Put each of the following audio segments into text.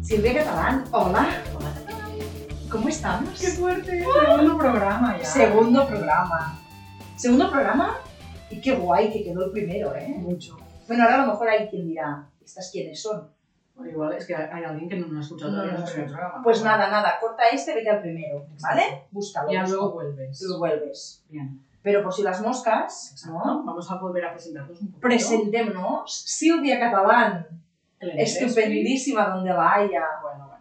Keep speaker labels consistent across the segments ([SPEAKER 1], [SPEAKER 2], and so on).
[SPEAKER 1] Silvia Catalán, hola. ¿Cómo estamos?
[SPEAKER 2] ¡Qué fuerte! Segundo programa ya.
[SPEAKER 1] Segundo programa. Segundo programa y qué guay que quedó el primero, ¿eh?
[SPEAKER 2] Mucho.
[SPEAKER 1] Bueno, ahora a lo mejor hay quien dirá, ¿estas quiénes son?
[SPEAKER 2] Bueno, igual es que hay alguien que no nos ha escuchado
[SPEAKER 1] No,
[SPEAKER 2] todavía
[SPEAKER 1] no,
[SPEAKER 2] en este
[SPEAKER 1] no.
[SPEAKER 2] programa.
[SPEAKER 1] Pues nada, nada, corta este, vete al primero, ¿vale? Búscalo.
[SPEAKER 2] Ya
[SPEAKER 1] búscalo.
[SPEAKER 2] luego vuelves.
[SPEAKER 1] Tú vuelves.
[SPEAKER 2] Bien.
[SPEAKER 1] Pero por si las moscas,
[SPEAKER 2] ¿No?
[SPEAKER 1] ¿no?
[SPEAKER 2] Vamos a volver a presentarnos un poquito.
[SPEAKER 1] Presentémonos. Silvia Catalán,
[SPEAKER 2] Elena Crespi.
[SPEAKER 1] estupendísima donde la haya,
[SPEAKER 2] Bueno, bueno.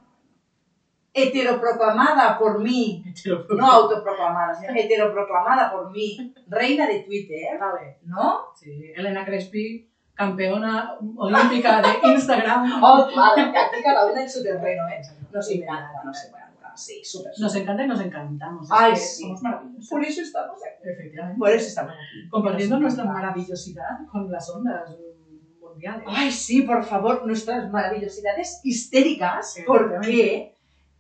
[SPEAKER 1] heteroproclamada por mí,
[SPEAKER 2] Te lo
[SPEAKER 1] no autoproclamada, sino heteroproclamada por mí, reina de Twitter,
[SPEAKER 2] Vale.
[SPEAKER 1] ¿no?
[SPEAKER 2] Sí. Elena Crespi, campeona olímpica de Instagram.
[SPEAKER 1] Oh, claro, que aquí cada una en su terreno, ¿eh? No se mira nada, no se mira nada. Sí, súper.
[SPEAKER 2] Nos encanta y nos encantamos. Es
[SPEAKER 1] Ay,
[SPEAKER 2] que
[SPEAKER 1] sí.
[SPEAKER 2] Somos maravillosos.
[SPEAKER 1] Por eso estamos aquí.
[SPEAKER 2] Efectivamente.
[SPEAKER 1] Por eso estamos aquí.
[SPEAKER 2] Compartiendo
[SPEAKER 1] Nos
[SPEAKER 2] nuestra
[SPEAKER 1] encanta.
[SPEAKER 2] maravillosidad con las ondas mundiales.
[SPEAKER 1] Ay, sí, por favor, nuestras maravillosidades histéricas,
[SPEAKER 2] Sí,
[SPEAKER 1] porque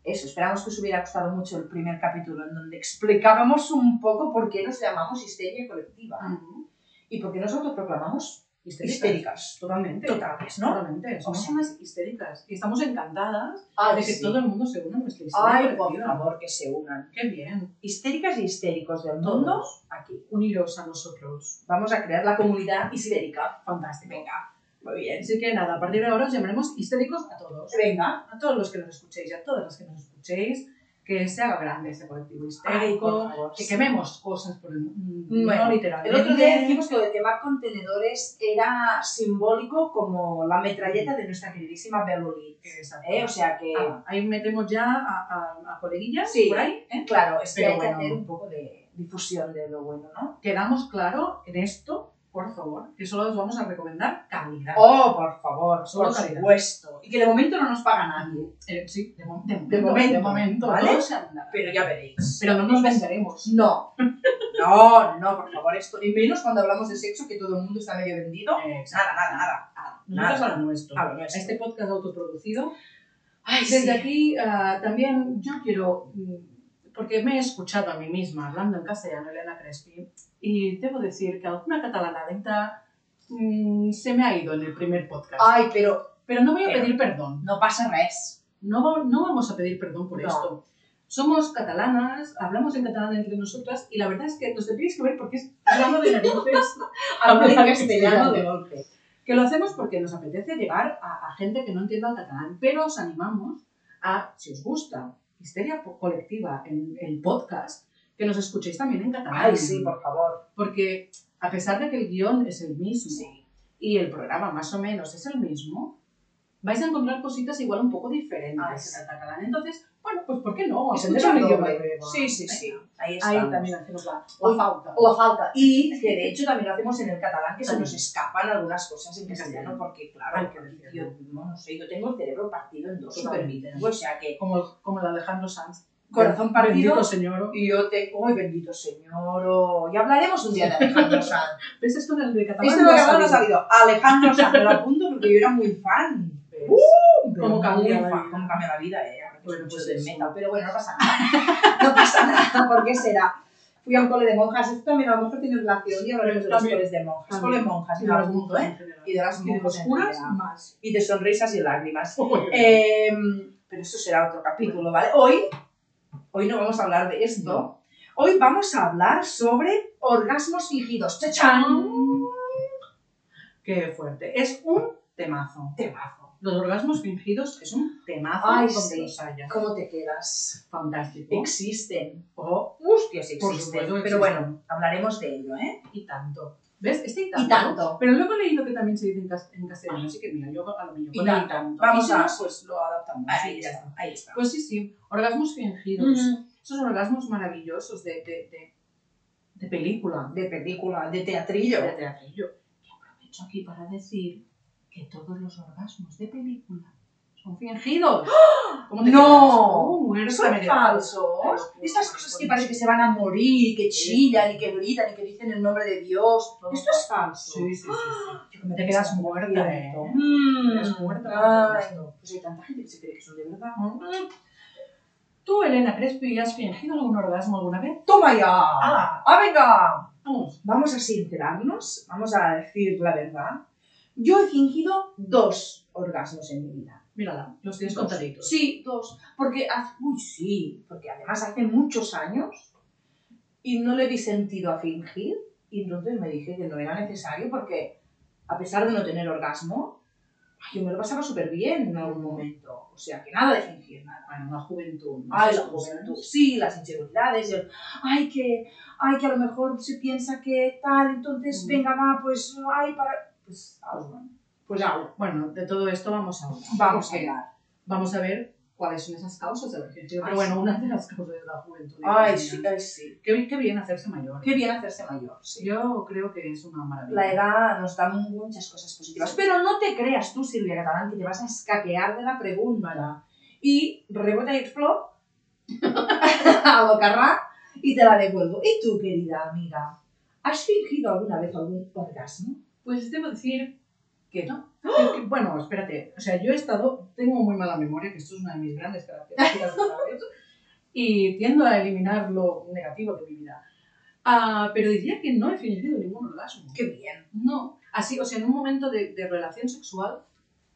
[SPEAKER 1] eso, esperamos que os hubiera gustado mucho el primer capítulo en donde explicábamos un poco por qué nos llamamos histeria colectiva
[SPEAKER 2] Ujú.
[SPEAKER 1] y por qué nos autoproclamamos
[SPEAKER 2] Ah. Histéricas.
[SPEAKER 1] histéricas.
[SPEAKER 2] Totalmente.
[SPEAKER 1] Totales, ¿no?
[SPEAKER 2] Totalmente. Somos
[SPEAKER 1] sea-
[SPEAKER 2] unas histéricas. Y estamos encantadas
[SPEAKER 1] Ay,
[SPEAKER 2] de que
[SPEAKER 1] sí.
[SPEAKER 2] todo el mundo se una a nuestra historia.
[SPEAKER 1] Ay, por favor, que se unan.
[SPEAKER 2] Qué bien.
[SPEAKER 1] Histéricas y histéricos del
[SPEAKER 2] Todos.
[SPEAKER 1] mundo, aquí.
[SPEAKER 2] Uniros a nosotros.
[SPEAKER 1] Vamos a crear la comunidad histérica.
[SPEAKER 2] Fantástico.
[SPEAKER 1] Venga, muy bien.
[SPEAKER 2] Así que nada, a partir de ahora os llamaremos histéricos a todos.
[SPEAKER 1] Venga.
[SPEAKER 2] A todos los que nos escuchéis y a todas las que nos escuchéis. Que se haga grande este colectivo
[SPEAKER 1] Ay,
[SPEAKER 2] histérico.
[SPEAKER 1] por favor.
[SPEAKER 2] que quememos cosas por el mundo.
[SPEAKER 1] Bueno,
[SPEAKER 2] no literalmente.
[SPEAKER 1] El otro día dijimos que lo de quemar contenedores era simbólico como la metralleta de nuestra queridísima Beloli.
[SPEAKER 2] Exacto.
[SPEAKER 1] ¿eh? O sea que,
[SPEAKER 2] Ah, ahí metemos ya a, a, a coleguillas
[SPEAKER 1] Sí.
[SPEAKER 2] por ahí. ¿eh?
[SPEAKER 1] claro, es que
[SPEAKER 2] Pero
[SPEAKER 1] hay
[SPEAKER 2] bueno.
[SPEAKER 1] que hacer un poco de difusión de lo bueno, ¿no?
[SPEAKER 2] Quedamos claro en esto, por favor, que solo os vamos a recomendar calidad.
[SPEAKER 1] Oh, por favor,
[SPEAKER 2] Solo
[SPEAKER 1] por
[SPEAKER 2] calidad.
[SPEAKER 1] supuesto. Y que de momento no nos paga nadie,
[SPEAKER 2] Eh, sí, de, mo-
[SPEAKER 1] De momento,
[SPEAKER 2] de momento,
[SPEAKER 1] ¿vale?
[SPEAKER 2] todo se habla.
[SPEAKER 1] pero ya veréis.
[SPEAKER 2] Pero este no nos venderemos.
[SPEAKER 1] No, no, no, por favor, esto. Y menos cuando hablamos de sexo, que todo el mundo está medio vendido. Nada, nada, nada. nada,
[SPEAKER 2] Nada
[SPEAKER 1] nada.
[SPEAKER 2] a lo nuestro.
[SPEAKER 1] A lo nuestro.
[SPEAKER 2] Este podcast autoproducido.
[SPEAKER 1] Ay,
[SPEAKER 2] Desde
[SPEAKER 1] sí.
[SPEAKER 2] aquí ah, también yo quiero, mm, porque me he escuchado a mí misma hablando en castellano, Elena Crespi, y debo decir que alguna catalanadenta mm, se me ha ido en el primer podcast.
[SPEAKER 1] Ay, pero
[SPEAKER 2] Ah, Pero no voy a
[SPEAKER 1] pero-
[SPEAKER 2] pedir perdón.
[SPEAKER 1] no pasa res.
[SPEAKER 2] No, va- no vamos a pedir perdón por
[SPEAKER 1] No.
[SPEAKER 2] esto. Somos catalanas, hablamos en catalán entre nosotras y la verdad es que nos tendríais que ver porque es raro de narices.
[SPEAKER 1] Hablé en
[SPEAKER 2] Hablar
[SPEAKER 1] castellano
[SPEAKER 2] castellano.
[SPEAKER 1] de golpe.
[SPEAKER 2] que lo hacemos porque nos apetece llegar a, a gente que no entienda el catalán, pero os animamos a, si os gusta, Histeria Po- Colectiva, el, el podcast, que nos escuchéis también en catalán.
[SPEAKER 1] Ay, sí, por favor.
[SPEAKER 2] Porque a pesar de que el guión es el mismo y el programa más o menos es el mismo, vais a encontrar cositas igual un poco diferentes
[SPEAKER 1] Ay, sí.
[SPEAKER 2] en el catalán. Entonces, bueno, pues ¿por qué no?
[SPEAKER 1] Escucha
[SPEAKER 2] Aprender un
[SPEAKER 1] el
[SPEAKER 2] idioma
[SPEAKER 1] doble.
[SPEAKER 2] nuevo.
[SPEAKER 1] Sí, sí, sí. Ahí
[SPEAKER 2] Ahí
[SPEAKER 1] estamos.
[SPEAKER 2] también hacemos la,
[SPEAKER 1] Uy,
[SPEAKER 2] la falta.
[SPEAKER 1] O falta. Y que de hecho también lo hacemos en el catalán, que se
[SPEAKER 2] También.
[SPEAKER 1] nos escapan algunas cosas en
[SPEAKER 2] Sí, sí.
[SPEAKER 1] castellano, porque
[SPEAKER 2] Hay
[SPEAKER 1] claro,
[SPEAKER 2] que decirlo.
[SPEAKER 1] yo no, no sé, yo tengo el cerebro partido en dos
[SPEAKER 2] Totalmente.
[SPEAKER 1] supervivientes. O sea que
[SPEAKER 2] Como, el- como el Alejandro Sanz.
[SPEAKER 1] corazón partido.
[SPEAKER 2] Bendito señor.
[SPEAKER 1] Y yo te. ¡Ay, bendito señor! oh, Ya hablaremos un día de Alejandro Sanz.
[SPEAKER 2] ¿Ves esto del de catalán?
[SPEAKER 1] Este
[SPEAKER 2] no ha
[SPEAKER 1] programa no ha
[SPEAKER 2] salido.
[SPEAKER 1] salido. Alejandro Sanz, me lo apunto porque yo era muy fan.
[SPEAKER 2] ¿Cómo Uh, cambia
[SPEAKER 1] Muy
[SPEAKER 2] la
[SPEAKER 1] fan,
[SPEAKER 2] vida?
[SPEAKER 1] cómo cambia la vida, eh. Ahora que
[SPEAKER 2] Bueno,
[SPEAKER 1] escucho
[SPEAKER 2] pues
[SPEAKER 1] del
[SPEAKER 2] eso.
[SPEAKER 1] metal, pero bueno, no pasa nada. No pasa nada, ¿por qué será? Fui a un cole de monjas, esto también a lo mejor tiene relación, y hablaremos de los
[SPEAKER 2] También.
[SPEAKER 1] coles de monjas.
[SPEAKER 2] También.
[SPEAKER 1] Cole de monjas,
[SPEAKER 2] Y
[SPEAKER 1] me lo
[SPEAKER 2] de las
[SPEAKER 1] apunto,
[SPEAKER 2] monjas
[SPEAKER 1] ¿eh?
[SPEAKER 2] en general.
[SPEAKER 1] Y de las
[SPEAKER 2] Y de
[SPEAKER 1] monjas
[SPEAKER 2] los
[SPEAKER 1] en
[SPEAKER 2] curas
[SPEAKER 1] general.
[SPEAKER 2] más.
[SPEAKER 1] Y de sonrisas y lágrimas.
[SPEAKER 2] Eh,
[SPEAKER 1] Eh, pero eso será otro capítulo, ¿vale? Hoy, hoy no vamos a hablar de esto. Hoy vamos a hablar sobre orgasmos fingidos. ¡Chachán!
[SPEAKER 2] Qué fuerte. Es un temazo.
[SPEAKER 1] Temazo.
[SPEAKER 2] Los orgasmos fingidos es un temazo
[SPEAKER 1] Ay,
[SPEAKER 2] donde
[SPEAKER 1] sí.
[SPEAKER 2] los haya.
[SPEAKER 1] ¿Cómo te quedas?
[SPEAKER 2] Fantástico.
[SPEAKER 1] Existen.
[SPEAKER 2] Oh,
[SPEAKER 1] Hostias,
[SPEAKER 2] Por
[SPEAKER 1] existen.
[SPEAKER 2] supuesto,
[SPEAKER 1] Pero
[SPEAKER 2] existen.
[SPEAKER 1] bueno, hablaremos de ello, ¿eh?
[SPEAKER 2] y tanto. ¿Ves? Este y
[SPEAKER 1] Y
[SPEAKER 2] tanto.
[SPEAKER 1] tanto.
[SPEAKER 2] Pero luego he leído que también se dice en, cas- en castellano, así que mira, yo a lo mejor
[SPEAKER 1] Y
[SPEAKER 2] con
[SPEAKER 1] tanto.
[SPEAKER 2] el tanto.
[SPEAKER 1] Vamos
[SPEAKER 2] Y si
[SPEAKER 1] a-
[SPEAKER 2] no, pues lo adaptamos.
[SPEAKER 1] Ahí
[SPEAKER 2] Sí, ya está.
[SPEAKER 1] está. Ahí está.
[SPEAKER 2] Pues sí, sí. Orgasmos fingidos.
[SPEAKER 1] Mm,
[SPEAKER 2] Esos orgasmos maravillosos de, de, de, de película.
[SPEAKER 1] De película, de teatrillo.
[SPEAKER 2] de teatrillo. Y aprovecho aquí para decir que todos los orgasmos de película son fingidos. ¿Cómo
[SPEAKER 1] ¡Ah! ¡No!
[SPEAKER 2] quedas? ¡Oh, muerta
[SPEAKER 1] Son pues,
[SPEAKER 2] me quedo!
[SPEAKER 1] falsos. Estas cosas que parece que se van a morir, y que chillan y que gritan y que dicen el nombre de Dios. Esto es falso.
[SPEAKER 2] Sí, sí, sí. sí.
[SPEAKER 1] Yo que me
[SPEAKER 2] Te
[SPEAKER 1] pensaba
[SPEAKER 2] quedas
[SPEAKER 1] que
[SPEAKER 2] muerta,
[SPEAKER 1] era
[SPEAKER 2] ¿eh?
[SPEAKER 1] esto.
[SPEAKER 2] Te quedas muerta
[SPEAKER 1] Mm. Ay,
[SPEAKER 2] cuando ves esto.
[SPEAKER 1] Pues hay tanta gente que se cree que son de verdad.
[SPEAKER 2] ¿Tú, Elena Crespi, has fingido algún orgasmo alguna vez?
[SPEAKER 1] ¡Toma ya!
[SPEAKER 2] ¡Hala!
[SPEAKER 1] ¡Ah, venga!
[SPEAKER 2] Vamos.
[SPEAKER 1] Vamos a sincerarnos, vamos a decir la verdad. Yo he fingido dos orgasmos en mi vida.
[SPEAKER 2] Mírala, los tienes
[SPEAKER 1] Dos.
[SPEAKER 2] contaditos.
[SPEAKER 1] Sí, dos. Porque, haz- uy, sí, porque además hace muchos años y no le vi sentido a fingir y entonces me dije que no era necesario porque a pesar de no tener orgasmo, ay, yo me lo pasaba súper bien en algún momento. O sea, que nada de fingir, nada.
[SPEAKER 2] Bueno, la juventud. ¿no?
[SPEAKER 1] Ay, la
[SPEAKER 2] Esas cosas.
[SPEAKER 1] juventud. Sí, las inseguridades. el, ay, que, ay, que a lo mejor se piensa que tal, entonces,
[SPEAKER 2] Mm.
[SPEAKER 1] venga, va, pues, ay, para... Pues, algo. Pues algo.
[SPEAKER 2] Bueno, de todo esto vamos a hablar.
[SPEAKER 1] Vamos a
[SPEAKER 2] Porque
[SPEAKER 1] hablar.
[SPEAKER 2] Vamos a ver cuáles son esas causas de la juventud.
[SPEAKER 1] Ay,
[SPEAKER 2] Pero bueno,
[SPEAKER 1] sí.
[SPEAKER 2] una de las causas de la juventud.
[SPEAKER 1] Ay,
[SPEAKER 2] Dios
[SPEAKER 1] sí,
[SPEAKER 2] mío.
[SPEAKER 1] ay, sí.
[SPEAKER 2] Qué, bien- qué bien hacerse mayor.
[SPEAKER 1] Qué bien hacerse mayor, sí.
[SPEAKER 2] Yo creo que es una maravilla.
[SPEAKER 1] La edad nos da muchas cosas positivas. Pero no te creas tú, Silvia Catalán, que te vas a escaquear de la pregunta. Y rebota y expló a bocarra y te la devuelvo. ¿Y tú, querida amiga? ¿Has fingido alguna vez algún orgasmo?
[SPEAKER 2] Pues debo decir que no. Que- que- bueno, espérate. O sea, yo he estado, tengo muy mala memoria, que esto es una de mis grandes características, ¿sabes? y tiendo a eliminar lo negativo de mi vida. Ah, pero diría que no he fingido ningún orgasmo.
[SPEAKER 1] Qué bien.
[SPEAKER 2] No, así, o sea, en un momento de, de relación sexual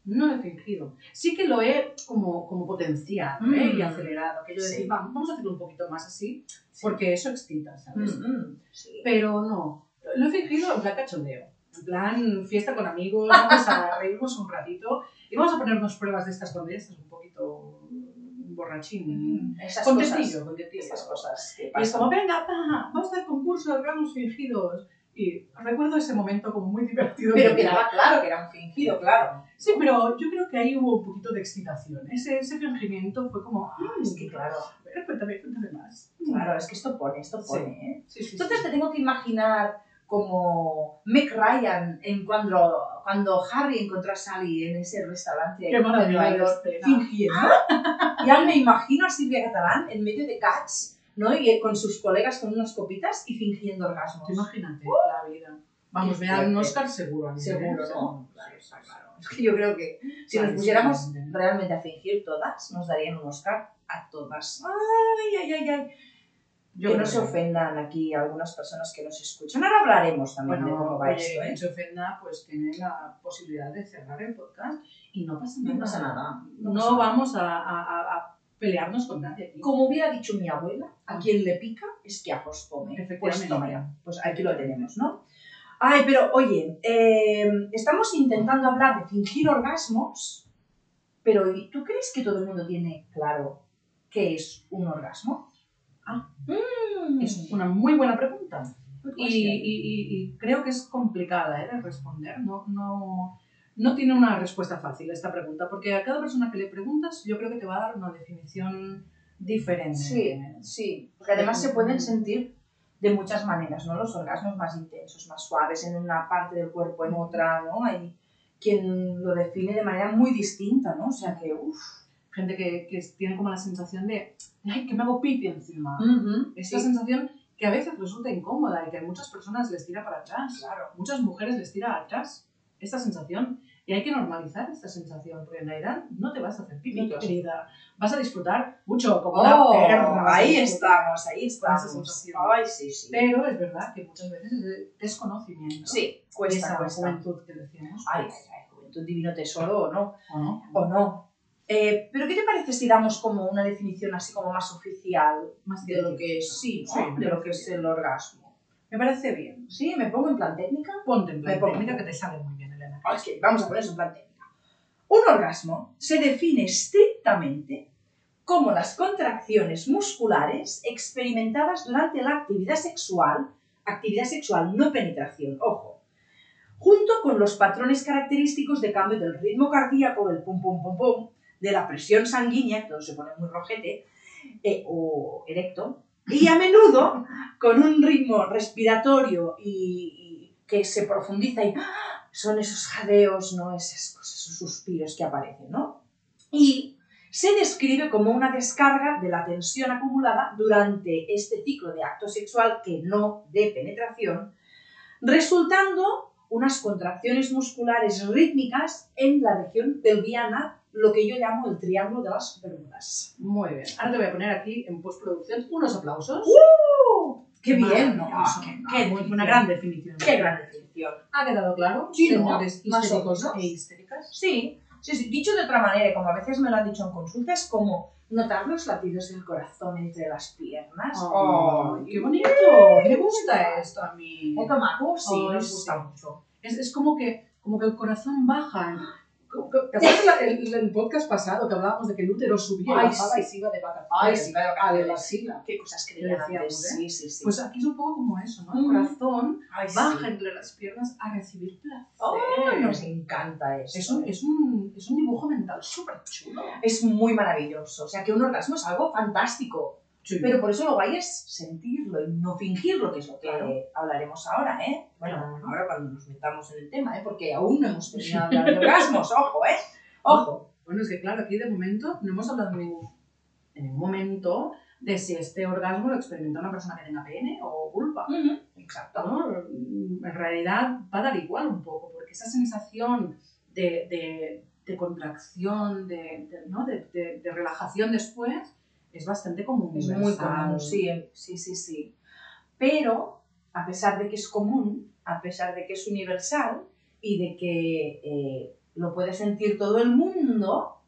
[SPEAKER 2] no lo he fingido. Sí que lo he como, como potenciado ¿eh?
[SPEAKER 1] Mm.
[SPEAKER 2] y acelerado. Que yo
[SPEAKER 1] Sí.
[SPEAKER 2] decir, vamos, vamos a hacerlo un poquito más así, porque eso excita, ¿sabes?
[SPEAKER 1] Mm, Sí.
[SPEAKER 2] Pero no, lo he fingido en plan cachondeo. En plan fiesta con amigos, vamos a reírnos un ratito y vamos a ponernos pruebas de estas donde estás un poquito borrachín.
[SPEAKER 1] Mm, Esas
[SPEAKER 2] Con
[SPEAKER 1] cosas.
[SPEAKER 2] testillo, con testillo.
[SPEAKER 1] Esas cosas que
[SPEAKER 2] Y es
[SPEAKER 1] pasan.
[SPEAKER 2] como, venga, pa, vamos a hacer concurso de orgasmos fingidos. Y recuerdo ese momento como muy divertido. en
[SPEAKER 1] Pero
[SPEAKER 2] mi vida.
[SPEAKER 1] quedaba claro que era un fingido, claro.
[SPEAKER 2] Sí, pero yo creo que ahí hubo un poquito de excitación. Ese, ese fingimiento fue como, ah,
[SPEAKER 1] Es que claro,
[SPEAKER 2] a ver, cuéntame, cuéntame más.
[SPEAKER 1] claro, es que esto pone, esto
[SPEAKER 2] Sí.
[SPEAKER 1] pone, ¿eh?
[SPEAKER 2] Sí, sí, sí.
[SPEAKER 1] Entonces te tengo que imaginar como Meg Ryan en cuando, cuando Harry encontró a Sally en ese restaurante
[SPEAKER 2] qué este,
[SPEAKER 1] en
[SPEAKER 2] maravilla
[SPEAKER 1] Nueva
[SPEAKER 2] de
[SPEAKER 1] York,
[SPEAKER 2] escena.
[SPEAKER 1] fingiendo. Ya me imagino a Silvia Catalán en medio de Cats, ¿no? Y eh, con sus colegas con unas copitas y fingiendo orgasmos.
[SPEAKER 2] Tú Imagínate la vida. Vamos,
[SPEAKER 1] Qué
[SPEAKER 2] me dan un
[SPEAKER 1] fuerte.
[SPEAKER 2] Oscar seguro. a mí, ¿eh?
[SPEAKER 1] ¡Uh! Seguro, ¿no?
[SPEAKER 2] Seguro.
[SPEAKER 1] Claro, está claro. Es que yo creo que si nos
[SPEAKER 2] Claro,
[SPEAKER 1] pusiéramos
[SPEAKER 2] sí.
[SPEAKER 1] realmente a fingir todas, nos darían un Oscar a todas. Ay, ay, ay, ay.
[SPEAKER 2] Yo
[SPEAKER 1] que no
[SPEAKER 2] creo
[SPEAKER 1] se ofendan aquí algunas personas que nos escuchan. Ahora hablaremos también de
[SPEAKER 2] Bueno,
[SPEAKER 1] cómo va
[SPEAKER 2] oye,
[SPEAKER 1] esto, ¿eh?
[SPEAKER 2] quien se ofenda, pues tiene la posibilidad de cerrar el podcast y no pasa nada.
[SPEAKER 1] No pasa nada.
[SPEAKER 2] No,
[SPEAKER 1] pasa nada.
[SPEAKER 2] vamos a, a- a- a pelearnos con nadie aquí.
[SPEAKER 1] Como hubiera dicho mi abuela, a quien le pica es que ajos come. Pues
[SPEAKER 2] Efectivamente.
[SPEAKER 1] toma ya, pues aquí lo tenemos, ¿no? Ay, pero oye, eh, estamos intentando hablar de fingir orgasmos, pero ¿y ¿tú crees que todo el mundo tiene claro qué es un orgasmo?
[SPEAKER 2] Ah.
[SPEAKER 1] Mm.
[SPEAKER 2] Es una muy buena pregunta. y,
[SPEAKER 1] y,
[SPEAKER 2] y- y- y creo que es complicada ¿eh? de responder. No, no, no tiene una respuesta fácil esta pregunta, porque a cada persona que le preguntas, yo creo que te va a dar una definición diferente. ¿eh?
[SPEAKER 1] Sí. sí, porque además se pueden sentir de muchas maneras, ¿no? Los orgasmos más intensos, más suaves, en una parte del cuerpo, en otra, ¿no? Hay quien lo define de manera muy distinta, ¿no? O sea que, uff.
[SPEAKER 2] Gente que, que tiene como la sensación de, ay, que me hago pipi encima.
[SPEAKER 1] Mm.
[SPEAKER 2] Esta
[SPEAKER 1] Estás en-
[SPEAKER 2] sensación que a veces resulta incómoda y que a muchas personas les tira para atrás.
[SPEAKER 1] Claro.
[SPEAKER 2] Muchas mujeres les tira atrás esta sensación. Y hay que normalizar esta sensación, porque en realidad no te vas a hacer pipi,
[SPEAKER 1] No te vas a-
[SPEAKER 2] querida. Vas a disfrutar mucho, como
[SPEAKER 1] Oh,
[SPEAKER 2] una perra. vas a
[SPEAKER 1] ahí
[SPEAKER 2] disfrutar.
[SPEAKER 1] estamos, ahí
[SPEAKER 2] Esa
[SPEAKER 1] estamos.
[SPEAKER 2] sensación.
[SPEAKER 1] Ay, sí, sí.
[SPEAKER 2] Pero es verdad que muchas veces es de desconocimiento.
[SPEAKER 1] Sí,
[SPEAKER 2] de
[SPEAKER 1] cuesta,
[SPEAKER 2] esa
[SPEAKER 1] cuesta.
[SPEAKER 2] juventud que decíamos.
[SPEAKER 1] Ay, ay, ay, juventud divino tesoro o no.
[SPEAKER 2] ¿O no?
[SPEAKER 1] O no. Eh, Pero ¿qué te parece si damos como una definición así como más oficial
[SPEAKER 2] Más
[SPEAKER 1] de lo que es, sí, ¿no?
[SPEAKER 2] Sí,
[SPEAKER 1] de
[SPEAKER 2] me
[SPEAKER 1] lo
[SPEAKER 2] parece
[SPEAKER 1] que es
[SPEAKER 2] bien.
[SPEAKER 1] el orgasmo?
[SPEAKER 2] Me parece bien.
[SPEAKER 1] Sí, me pongo en plan técnica.
[SPEAKER 2] Ponte en plan
[SPEAKER 1] Me pongo.
[SPEAKER 2] técnica que te sale muy bien, Elena.
[SPEAKER 1] Ok, Ah, vamos a ponerse en plan técnica. Un orgasmo se define estrictamente como las contracciones musculares experimentadas durante la actividad sexual, actividad sexual no penetración, ojo, junto con los patrones característicos de cambio del ritmo cardíaco, del pum pum pum pum, de la presión sanguínea, que todo se pone muy rojete, eh, o erecto, y a menudo con un ritmo respiratorio y, y que se profundiza y son esos jadeos, ¿no? Esas cosas, esos suspiros que aparecen, ¿no? Y se describe como una descarga de la tensión acumulada durante este ciclo de acto sexual que no de penetración, resultando unas contracciones musculares rítmicas en la región pelviana, lo que yo llamo el triángulo de las Bermudas.
[SPEAKER 2] Muy bien. Ahora te voy a poner aquí en postproducción unos aplausos.
[SPEAKER 1] ¡Uh! ¡Qué bien! ¿no?
[SPEAKER 2] Maravilloso.
[SPEAKER 1] ¡Qué,
[SPEAKER 2] Ah,
[SPEAKER 1] qué
[SPEAKER 2] muy- una
[SPEAKER 1] definición!
[SPEAKER 2] gran definición.
[SPEAKER 1] ¡Qué gran definición!
[SPEAKER 2] ¿Ha quedado claro?
[SPEAKER 1] Sí, ¿no?
[SPEAKER 2] Señores
[SPEAKER 1] Más o
[SPEAKER 2] histéricos
[SPEAKER 1] menos.
[SPEAKER 2] e histéricas.
[SPEAKER 1] Sí, Sí, sí, dicho de otra manera, y como a veces me lo han dicho en consulta, es como notar los latidos del corazón entre las piernas.
[SPEAKER 2] Oh,
[SPEAKER 1] Ay,
[SPEAKER 2] ¡Qué bonito! Me gusta esto a mí.
[SPEAKER 1] El tomaco sí,
[SPEAKER 2] Ay,
[SPEAKER 1] nos
[SPEAKER 2] sí.
[SPEAKER 1] gusta mucho.
[SPEAKER 2] Es, es como, que, como que el corazón baja. Co- co- ¿Te acuerdas la- el, el podcast pasado que hablábamos de que el útero subía y
[SPEAKER 1] Ay,
[SPEAKER 2] bajaba
[SPEAKER 1] sí.
[SPEAKER 2] y se iba de vacaciones?
[SPEAKER 1] pero
[SPEAKER 2] Ah, de la sigla.
[SPEAKER 1] Qué cosas que
[SPEAKER 2] Lo
[SPEAKER 1] decían
[SPEAKER 2] decíamos,
[SPEAKER 1] antes.
[SPEAKER 2] ¿eh?
[SPEAKER 1] Sí, sí, sí.
[SPEAKER 2] Pues aquí es un poco como eso, ¿no? El
[SPEAKER 1] Mm.
[SPEAKER 2] corazón
[SPEAKER 1] Ay, sí.
[SPEAKER 2] baja entre las piernas a recibir placer.
[SPEAKER 1] Ay, nos encanta eso. ¿eh?
[SPEAKER 2] es, un, Pues es, un, es un dibujo mental súper chulo.
[SPEAKER 1] es muy maravilloso. O sea, que un orgasmo es algo fantástico. Pero por eso lo guay es sentirlo y no fingirlo, que es lo que
[SPEAKER 2] Claro.
[SPEAKER 1] hablaremos ahora, ¿eh? Bueno,
[SPEAKER 2] Claro.
[SPEAKER 1] ahora cuando nos metamos en el tema, ¿eh? Porque aún no hemos terminado de hablar de orgasmos, ojo, ¿eh? Ojo.
[SPEAKER 2] Bueno, es que claro, aquí de momento no hemos hablado en ningún, en ningún momento de si este orgasmo lo experimenta una persona que tenga pene o vulva.
[SPEAKER 1] Exacto.
[SPEAKER 2] ¿no? mm, En realidad va a dar igual un poco, porque esa sensación de, de- de contracción, de, de- ¿no? de, de- de relajación después, es bastante común.
[SPEAKER 1] Es muy común, sí, eh, sí, sí, sí. Pero, a pesar de que es común, a pesar de que es universal y de que eh, lo puede sentir todo el mundo,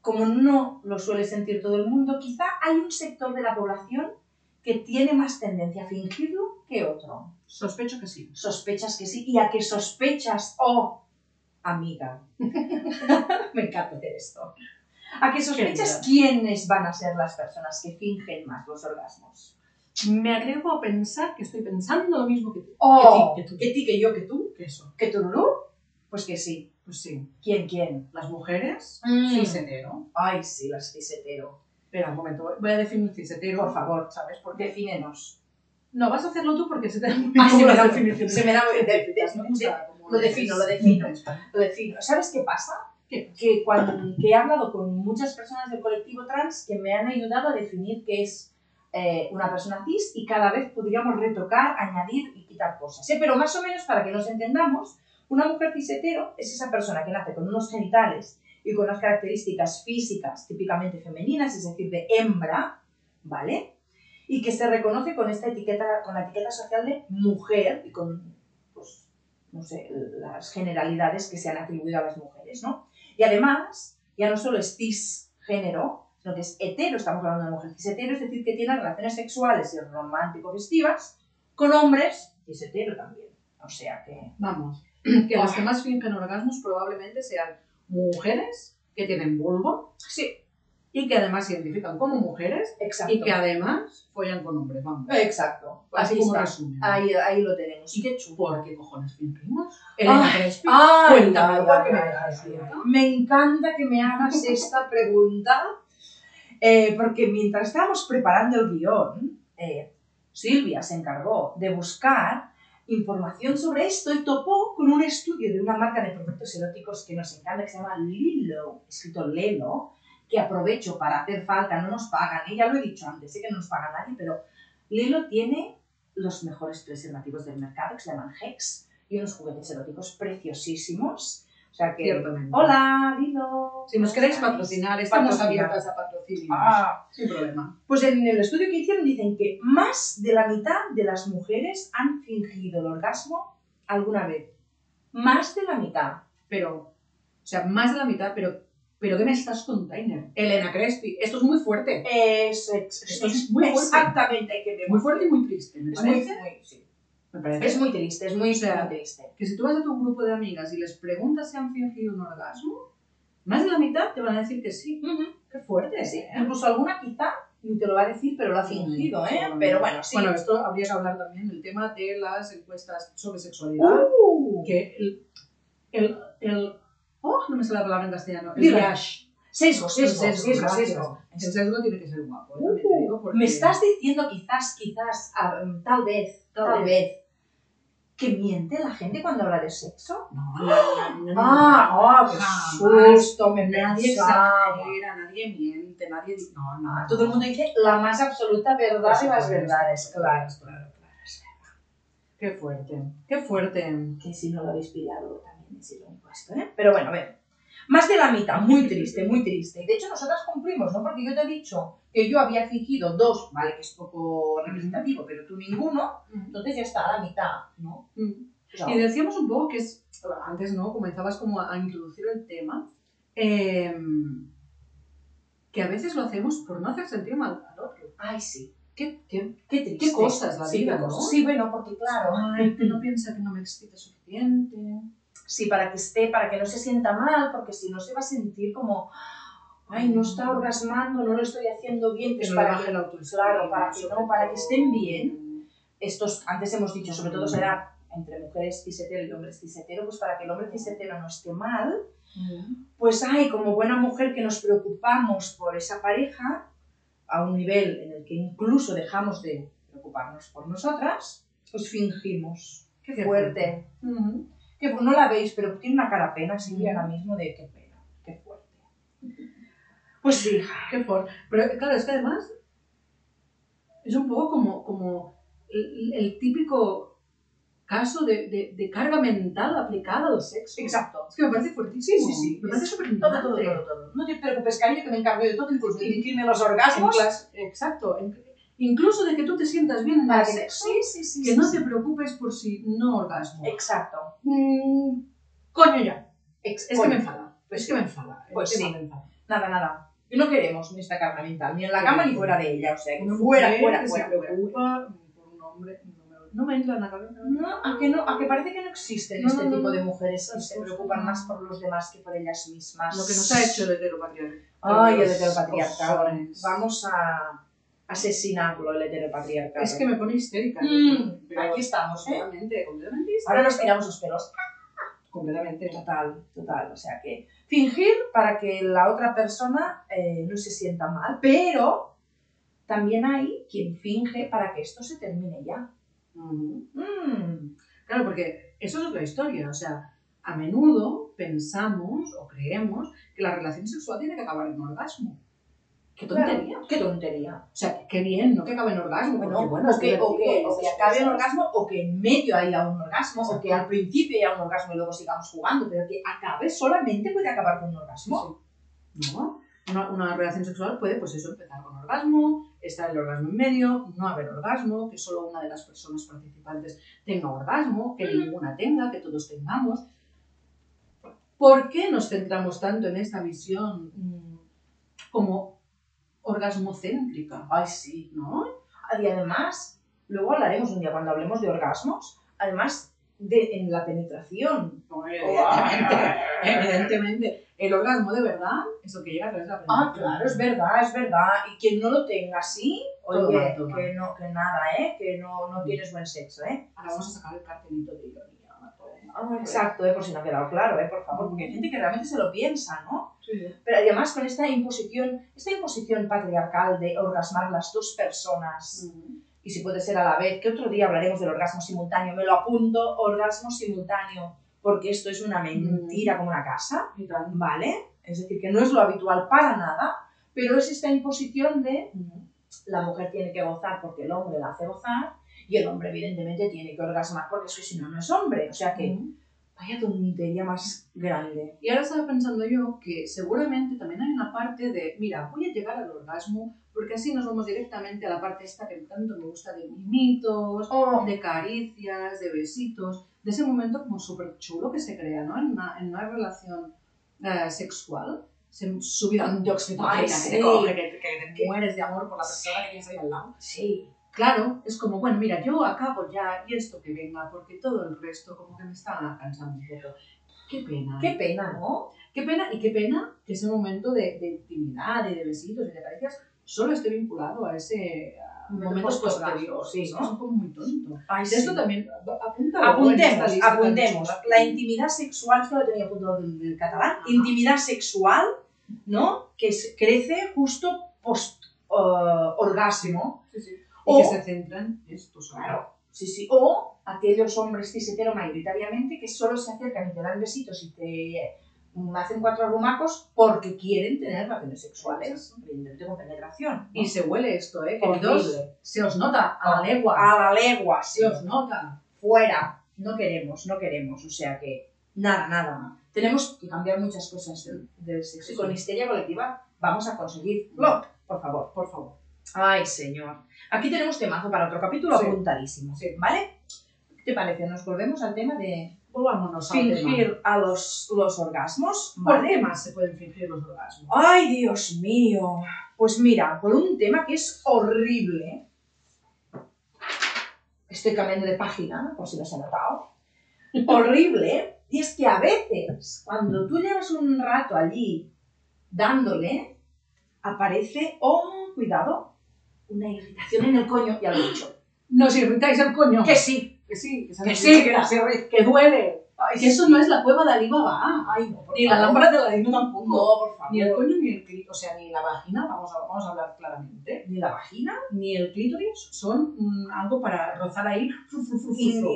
[SPEAKER 1] como no lo suele sentir todo el mundo, quizá hay un sector de la población que tiene más tendencia a fingirlo que otro.
[SPEAKER 2] Sospecho que sí.
[SPEAKER 1] Sospechas que sí, y a que sospechas, oh, amiga. Me encanta hacer esto. ¿A que sospechas quiénes van a ser las personas que fingen más los orgasmos?
[SPEAKER 2] Me atrevo a pensar que estoy pensando lo mismo que tú.
[SPEAKER 1] Oh,
[SPEAKER 2] Que ti, que tú.
[SPEAKER 1] ti, que yo, que tú.
[SPEAKER 2] Que eso.
[SPEAKER 1] ¿Que tú, Lulú? Pues que sí.
[SPEAKER 2] Pues sí,
[SPEAKER 1] ¿Quién, quién?
[SPEAKER 2] las mujeres,
[SPEAKER 1] Sí, se-
[SPEAKER 2] cisetero.
[SPEAKER 1] Ay, sí, las cisetero.
[SPEAKER 2] Espera un momento, voy a definir cisetero.
[SPEAKER 1] Por favor,
[SPEAKER 2] ¿sabes? Porque...
[SPEAKER 1] Defínenos.
[SPEAKER 2] No, vas a hacerlo tú porque se te da muy
[SPEAKER 1] Ah, se me
[SPEAKER 2] las
[SPEAKER 1] da-
[SPEAKER 2] definiciones.
[SPEAKER 1] se me da muy- de- de-
[SPEAKER 2] Científicas, me gusta cómo
[SPEAKER 1] lo
[SPEAKER 2] eres.
[SPEAKER 1] defino, lo defino. Lo defino. ¿Sabes qué pasa?
[SPEAKER 2] ¿Qué?
[SPEAKER 1] Que, cuando, que he hablado con muchas personas del colectivo trans que me han ayudado a definir qué es eh, una persona cis y cada vez podríamos retocar, añadir y quitar cosas. ¿eh? Pero más o menos para que nos entendamos, una mujer cis hetero es esa persona que nace con unos genitales y con unas características físicas típicamente femeninas, es decir, de hembra, ¿vale? Y que se reconoce con esta etiqueta, con la etiqueta social de mujer y con, pues, no sé, las generalidades que se han atribuido a las mujeres, ¿no? Y además, ya no solo es cisgénero, sino que es hetero, estamos hablando de mujer cis-hetero, es decir, que tiene relaciones sexuales y romántico-festivas con hombres cis-hetero también. O sea que...
[SPEAKER 2] Vamos, que
[SPEAKER 1] Oh.
[SPEAKER 2] las que más fingen orgasmos probablemente sean mujeres que tienen vulvo
[SPEAKER 1] Sí,
[SPEAKER 2] y que además se identifican como mujeres
[SPEAKER 1] exacto.
[SPEAKER 2] y que además follan con hombres, vamos.
[SPEAKER 1] Exacto.
[SPEAKER 2] Así
[SPEAKER 1] Así
[SPEAKER 2] como
[SPEAKER 1] está.
[SPEAKER 2] resumen.
[SPEAKER 1] Ahí, ahí lo tenemos.
[SPEAKER 2] Y qué chulo. ¿Por qué cojones fingimos? Elena Crespi.
[SPEAKER 1] Ah,
[SPEAKER 2] Cuéntame,
[SPEAKER 1] ay,
[SPEAKER 2] ¿por
[SPEAKER 1] ay,
[SPEAKER 2] qué me
[SPEAKER 1] ay,
[SPEAKER 2] dejas
[SPEAKER 1] ay,
[SPEAKER 2] ir,
[SPEAKER 1] ay.
[SPEAKER 2] no?
[SPEAKER 1] Me encanta que me hagas esta pregunta, eh, porque mientras estábamos preparando el guión, eh, Silvia se encargó de buscar información sobre esto y topó con un estudio de una marca de productos eróticos que nos encanta, que se llama Lilo, escrito Lelo, que aprovecho para hacer falta, no nos pagan, eh, ya lo he dicho antes, sé que no nos paga nadie, pero Lilo tiene los mejores preservativos del mercado, que se llaman Hex, y unos juguetes eróticos preciosísimos. O sea que.
[SPEAKER 2] Ciertamente.
[SPEAKER 1] Hola, Dilo.
[SPEAKER 2] Si nos queréis
[SPEAKER 1] ¿Cómo estáis?
[SPEAKER 2] patrocinar, estamos
[SPEAKER 1] Patrocinar.
[SPEAKER 2] abiertas a patrocinios.
[SPEAKER 1] Ah,
[SPEAKER 2] Sin problema.
[SPEAKER 1] pues en el estudio que hicieron dicen que más de la mitad de las mujeres han fingido el orgasmo alguna vez. Más de la mitad.
[SPEAKER 2] Pero, o sea, más de la mitad, pero, pero ¿qué me estás contando? Elena Crespi, esto es muy fuerte.
[SPEAKER 1] Es, ex-
[SPEAKER 2] Esto es muy fuerte.
[SPEAKER 1] exactamente que
[SPEAKER 2] Muy fuerte y muy triste, me
[SPEAKER 1] Es muy,
[SPEAKER 2] parece.
[SPEAKER 1] muy- sí.
[SPEAKER 2] Me parece.
[SPEAKER 1] es muy triste, es muy,
[SPEAKER 2] O sea,
[SPEAKER 1] muy triste.
[SPEAKER 2] que si tú vas a tu grupo de amigas y les preguntas si han fingido un orgasmo, más de la mitad te van a decir que sí. Qué fuerte,
[SPEAKER 1] Sí,
[SPEAKER 2] ¿eh?
[SPEAKER 1] Incluso alguna quizá ni te lo va a decir, pero lo ha fingido, ¿eh?
[SPEAKER 2] Seguramente.
[SPEAKER 1] Pero bueno, sí.
[SPEAKER 2] Bueno, esto habría que hablar también del tema de las encuestas sobre sexualidad.
[SPEAKER 1] Uh.
[SPEAKER 2] Que el, el, el- Oh, no me sale la palabra en castellano. El
[SPEAKER 1] Dila.
[SPEAKER 2] yash.
[SPEAKER 1] Sesgo, sesgo,
[SPEAKER 2] El sesgo,
[SPEAKER 1] sesgo,
[SPEAKER 2] gracias.
[SPEAKER 1] sesgo.
[SPEAKER 2] El sesgo tiene que ser guapo, ¿eh? También te digo, porque-
[SPEAKER 1] Me estás diciendo quizás, quizás, ah, mm, tal vez,
[SPEAKER 2] Tal
[SPEAKER 1] tal, vez. que miente la gente cuando habla de sexo.
[SPEAKER 2] No, no, no, no,
[SPEAKER 1] Ah,
[SPEAKER 2] Jamás.
[SPEAKER 1] qué susto, me
[SPEAKER 2] Nadie
[SPEAKER 1] pensaba.
[SPEAKER 2] exagera, nadie miente, nadie... No, no.
[SPEAKER 1] Ah, Todo el mundo dice la más absoluta verdad de las verdades. Claro, claro, claro.
[SPEAKER 2] Qué fuerte, qué fuerte.
[SPEAKER 1] Que si no lo habéis pillado también es lo impuesto, ¿eh? Pero bueno, a ver. Más de la mitad, muy triste, muy triste. Y de hecho, nosotras cumplimos, ¿no? Porque yo te he dicho que yo había fingido dos, vale, que es poco representativo, pero tú ninguno. Entonces ya está a la mitad, ¿no?
[SPEAKER 2] Mm.
[SPEAKER 1] O sea,
[SPEAKER 2] Y decíamos un poco que es antes no, comenzabas como a, a introducir el tema, eh, que a veces lo hacemos por no hacer sentir mal al otro.
[SPEAKER 1] Ay, sí.
[SPEAKER 2] ¿Qué, qué,
[SPEAKER 1] Qué triste.
[SPEAKER 2] cosas la
[SPEAKER 1] sí,
[SPEAKER 2] vida,
[SPEAKER 1] qué
[SPEAKER 2] ¿no?
[SPEAKER 1] cosas. Sí, bueno, porque claro.
[SPEAKER 2] Ay, que no piensa que no me excita suficiente.
[SPEAKER 1] Sí, para que esté, para que no se sienta mal, porque si no se va a sentir como, ay, no está orgasmando, no lo estoy haciendo bien,
[SPEAKER 2] Mm. Que
[SPEAKER 1] pues
[SPEAKER 2] no le
[SPEAKER 1] para
[SPEAKER 2] baje
[SPEAKER 1] que
[SPEAKER 2] la autoestima.
[SPEAKER 1] claro, para que
[SPEAKER 2] sobre
[SPEAKER 1] no, para que
[SPEAKER 2] todo.
[SPEAKER 1] estén bien. estos, antes hemos dicho, sobre
[SPEAKER 2] Mm.
[SPEAKER 1] todo será entre mujeres cis hetero y hombres cis hetero, pues para que el hombre cis hetero no esté mal,
[SPEAKER 2] Mm.
[SPEAKER 1] pues ay, como buena mujer que nos preocupamos por esa pareja, a un nivel en el que incluso dejamos de preocuparnos por nosotras, pues fingimos. Qué,
[SPEAKER 2] Qué
[SPEAKER 1] fuerte.
[SPEAKER 2] Ujú.
[SPEAKER 1] Que no la veis, pero tiene una cara pena, Silvia,
[SPEAKER 2] Mm.
[SPEAKER 1] ahora mismo de qué pena, qué fuerte. Pues sí, hija.
[SPEAKER 2] Qué fuerte. Pero claro, es que además es un poco como, como el, el típico caso de, de- de carga mental aplicada al sexo.
[SPEAKER 1] Exacto.
[SPEAKER 2] Es que me parece fuertísimo.
[SPEAKER 1] Sí, sí, sí.
[SPEAKER 2] Me parece súper
[SPEAKER 1] Todo, todo, todo, todo. No te preocupes, cariño, que me encargo de todo, incluso de dirigirme los orgasmos.
[SPEAKER 2] Exacto. En- Incluso de que tú te sientas bien en
[SPEAKER 1] Para
[SPEAKER 2] el
[SPEAKER 1] que-
[SPEAKER 2] sexo,
[SPEAKER 1] sí, sí, sí.
[SPEAKER 2] que
[SPEAKER 1] sí,
[SPEAKER 2] no
[SPEAKER 1] sí. Eh,
[SPEAKER 2] te preocupes por si no orgasmo.
[SPEAKER 1] Exacto.
[SPEAKER 2] Mm, coño ya.
[SPEAKER 1] Ex-
[SPEAKER 2] Es
[SPEAKER 1] coño.
[SPEAKER 2] que me enfada. Es que me enfada.
[SPEAKER 1] Pues
[SPEAKER 2] Es que
[SPEAKER 1] sí.
[SPEAKER 2] me enfada.
[SPEAKER 1] Nada, nada. Y no queremos esta carga mental, ni en la
[SPEAKER 2] Sí.
[SPEAKER 1] cama ni fuera de ella. O sea, que
[SPEAKER 2] Una
[SPEAKER 1] fuera,
[SPEAKER 2] mujer
[SPEAKER 1] fuera,
[SPEAKER 2] que
[SPEAKER 1] fuera.
[SPEAKER 2] se
[SPEAKER 1] fuera.
[SPEAKER 2] preocupa por un hombre. No me, no me entra en la cabeza.
[SPEAKER 1] No, a que no, a que parece que no existen
[SPEAKER 2] No,
[SPEAKER 1] este
[SPEAKER 2] no, no,
[SPEAKER 1] tipo
[SPEAKER 2] no.
[SPEAKER 1] de mujeres que
[SPEAKER 2] Las
[SPEAKER 1] se
[SPEAKER 2] cosas
[SPEAKER 1] preocupan
[SPEAKER 2] no.
[SPEAKER 1] más por los demás que por ellas mismas.
[SPEAKER 2] Lo que nos ha hecho el heteropatriarcado.
[SPEAKER 1] Ay, el
[SPEAKER 2] Los
[SPEAKER 1] heteropatriarcado.
[SPEAKER 2] cojones.
[SPEAKER 1] Vamos a asesinarlo, el heteropatriarcado.
[SPEAKER 2] Es que me pone histérica.
[SPEAKER 1] Mm,
[SPEAKER 2] Pero
[SPEAKER 1] aquí estamos, ¿eh?
[SPEAKER 2] Completamente, completamente histérica.
[SPEAKER 1] Ahora nos tiramos los pelos.
[SPEAKER 2] Completamente.
[SPEAKER 1] Total, total. O sea que fingir para que la otra persona eh, no se sienta mal, pero también hay quien finge para que esto se termine ya.
[SPEAKER 2] Ujú.
[SPEAKER 1] Mm,
[SPEAKER 2] Claro, porque eso es otra historia. O sea, a menudo pensamos o creemos que la relación sexual tiene que acabar en orgasmo. Qué
[SPEAKER 1] claro,
[SPEAKER 2] tontería.
[SPEAKER 1] Qué tontería.
[SPEAKER 2] O sea, qué bien, no que acabe en orgasmo.
[SPEAKER 1] Bueno,
[SPEAKER 2] porque, bueno,
[SPEAKER 1] o,
[SPEAKER 2] es
[SPEAKER 1] que, o
[SPEAKER 2] divertido,
[SPEAKER 1] que- o que
[SPEAKER 2] es-
[SPEAKER 1] acabe
[SPEAKER 2] es-
[SPEAKER 1] en orgasmo, o que en medio haya un orgasmo, o que
[SPEAKER 2] Exacto.
[SPEAKER 1] al principio haya un orgasmo y luego sigamos jugando, pero que acabe solamente puede acabar con un orgasmo.
[SPEAKER 2] No. Una, una relación sexual puede, pues eso, empezar con orgasmo, estar el orgasmo en medio, no haber orgasmo, que solo una de las personas participantes tenga orgasmo, que
[SPEAKER 1] Mm.
[SPEAKER 2] ninguna tenga, que todos tengamos. ¿Por qué nos centramos tanto en esta visión mm, como orgasmocéntrica?
[SPEAKER 1] Ay, sí.
[SPEAKER 2] ¿No?
[SPEAKER 1] Y además, luego hablaremos un día cuando hablemos de orgasmos, además de en la penetración,
[SPEAKER 2] Evidentemente, evidentemente. El orgasmo de verdad es lo que llega a través de la
[SPEAKER 1] Ah,
[SPEAKER 2] penetración.
[SPEAKER 1] claro, es verdad, es verdad. Y quien no lo tenga así,
[SPEAKER 2] Todo
[SPEAKER 1] oye,
[SPEAKER 2] mal, todo
[SPEAKER 1] que no, que nada, ¿eh? Que no, no tienes buen sexo, ¿eh?
[SPEAKER 2] Ahora vamos a sacar el cartelito de ironía. ¿no?
[SPEAKER 1] Exacto, ¿eh? Por si no ha quedado claro, ¿eh? Por favor, porque hay gente que realmente se lo piensa, ¿no?
[SPEAKER 2] Sí.
[SPEAKER 1] Pero además con esta imposición, esta imposición patriarcal de orgasmar las dos personas,
[SPEAKER 2] Mm.
[SPEAKER 1] y si puede ser a la vez, que otro día hablaremos del orgasmo simultáneo, me lo apunto, orgasmo simultáneo, porque esto es una mentira como una casa.
[SPEAKER 2] Y tan-
[SPEAKER 1] ¿vale? Es decir, que no es lo habitual para nada, pero es esta imposición de la mujer tiene que gozar porque el hombre la hace gozar y el hombre evidentemente tiene que orgasmar porque es que si no, no es hombre. O sea que
[SPEAKER 2] Mm.
[SPEAKER 1] vaya tontería más grande.
[SPEAKER 2] Y ahora estaba pensando yo que seguramente también hay una parte de, mira, voy a llegar al orgasmo porque así nos vamos directamente a la parte esta que tanto me gusta de mimitos,
[SPEAKER 1] Oh.
[SPEAKER 2] de caricias, de besitos, de ese momento como súper chulo que se crea, ¿no? En una, en una relación eh, sexual, se subidón de oxitocina
[SPEAKER 1] Ay,
[SPEAKER 2] que
[SPEAKER 1] sí.
[SPEAKER 2] te coge, que, que te
[SPEAKER 1] Que-
[SPEAKER 2] mueres de amor por la persona que tienes ahí al lado.
[SPEAKER 1] Sí.
[SPEAKER 2] Claro, es como, bueno, mira, yo acabo ya y esto que venga, porque todo el resto como que me está cansando un poco. Qué pena. ¿eh?
[SPEAKER 1] Qué pena, ¿no?
[SPEAKER 2] Qué pena y qué pena que ese momento de, de intimidad y de besitos y de caricias solo esté vinculado a ese a
[SPEAKER 1] Momento
[SPEAKER 2] momentos
[SPEAKER 1] post-orgasmo,
[SPEAKER 2] posterior.
[SPEAKER 1] sí,
[SPEAKER 2] Es
[SPEAKER 1] ¿no?
[SPEAKER 2] que Es un poco muy tonto.
[SPEAKER 1] Ay,
[SPEAKER 2] De Esto también ap- apunta
[SPEAKER 1] Apuntemos, apuntemos. La intimidad sexual, esto lo tenía apuntado en el catalán,
[SPEAKER 2] Ajá.
[SPEAKER 1] intimidad sexual, ¿no? Que es- crece justo post eh, orgasmo.
[SPEAKER 2] Sí, sí. Y
[SPEAKER 1] O-
[SPEAKER 2] que se centran en esto solo.
[SPEAKER 1] Claro, sí, sí. O aquellos hombres cis hetero mayoritariamente que solo se acercan y te dan besitos y te mm, hacen cuatro arrumacos porque quieren tener relaciones sexuales, evidentemente con penetración. ¿no?
[SPEAKER 2] Y se huele esto, ¿eh?
[SPEAKER 1] Horrible. Ah.
[SPEAKER 2] Queridos, se os nota a la legua.
[SPEAKER 1] A la legua, sí.
[SPEAKER 2] Se os nota.
[SPEAKER 1] Fuera. No queremos, no queremos. O sea que, nada, nada. Tenemos que cambiar muchas cosas del, del sexo. Y con histeria colectiva vamos a conseguirlo, por favor.
[SPEAKER 2] Por favor.
[SPEAKER 1] Ay, señor. Aquí tenemos temazo para otro capítulo
[SPEAKER 2] Sí.
[SPEAKER 1] apuntadísimo,
[SPEAKER 2] Sí.
[SPEAKER 1] ¿vale? ¿Qué te parece? Nos volvemos al tema de
[SPEAKER 2] Volvámonos al tema.
[SPEAKER 1] fingir a los, los orgasmos,
[SPEAKER 2] ¿Por
[SPEAKER 1] ¿vale?
[SPEAKER 2] qué más se pueden fingir los orgasmos?
[SPEAKER 1] Ay, Dios mío. Pues mira, por un tema que es horrible. Estoy cambiando de página, por si los he notado. horrible. Y es que a veces, cuando tú llevas un rato allí dándole, aparece, oh, cuidado, una irritación en el coño, ya lo he dicho.
[SPEAKER 2] Nos irritáis el coño.
[SPEAKER 1] Que sí.
[SPEAKER 2] Que sí, que, se
[SPEAKER 1] Que
[SPEAKER 2] nos
[SPEAKER 1] sí,
[SPEAKER 2] irrita,
[SPEAKER 1] que se
[SPEAKER 2] que duele.
[SPEAKER 1] Ay,
[SPEAKER 2] Que eso no es la cueva de Alibaba.
[SPEAKER 1] Ay, no, por
[SPEAKER 2] Ni la
[SPEAKER 1] favor.
[SPEAKER 2] lámpara de Aladino
[SPEAKER 1] No,
[SPEAKER 2] tampoco.
[SPEAKER 1] por favor.
[SPEAKER 2] Ni el coño ni el clítoris, o sea, ni la vagina, vamos a, vamos a hablar claramente.
[SPEAKER 1] Ni la vagina.
[SPEAKER 2] Ni el clítoris son mm, algo para rozar ahí. fru, fru, fru, fru,
[SPEAKER 1] in-
[SPEAKER 2] fru.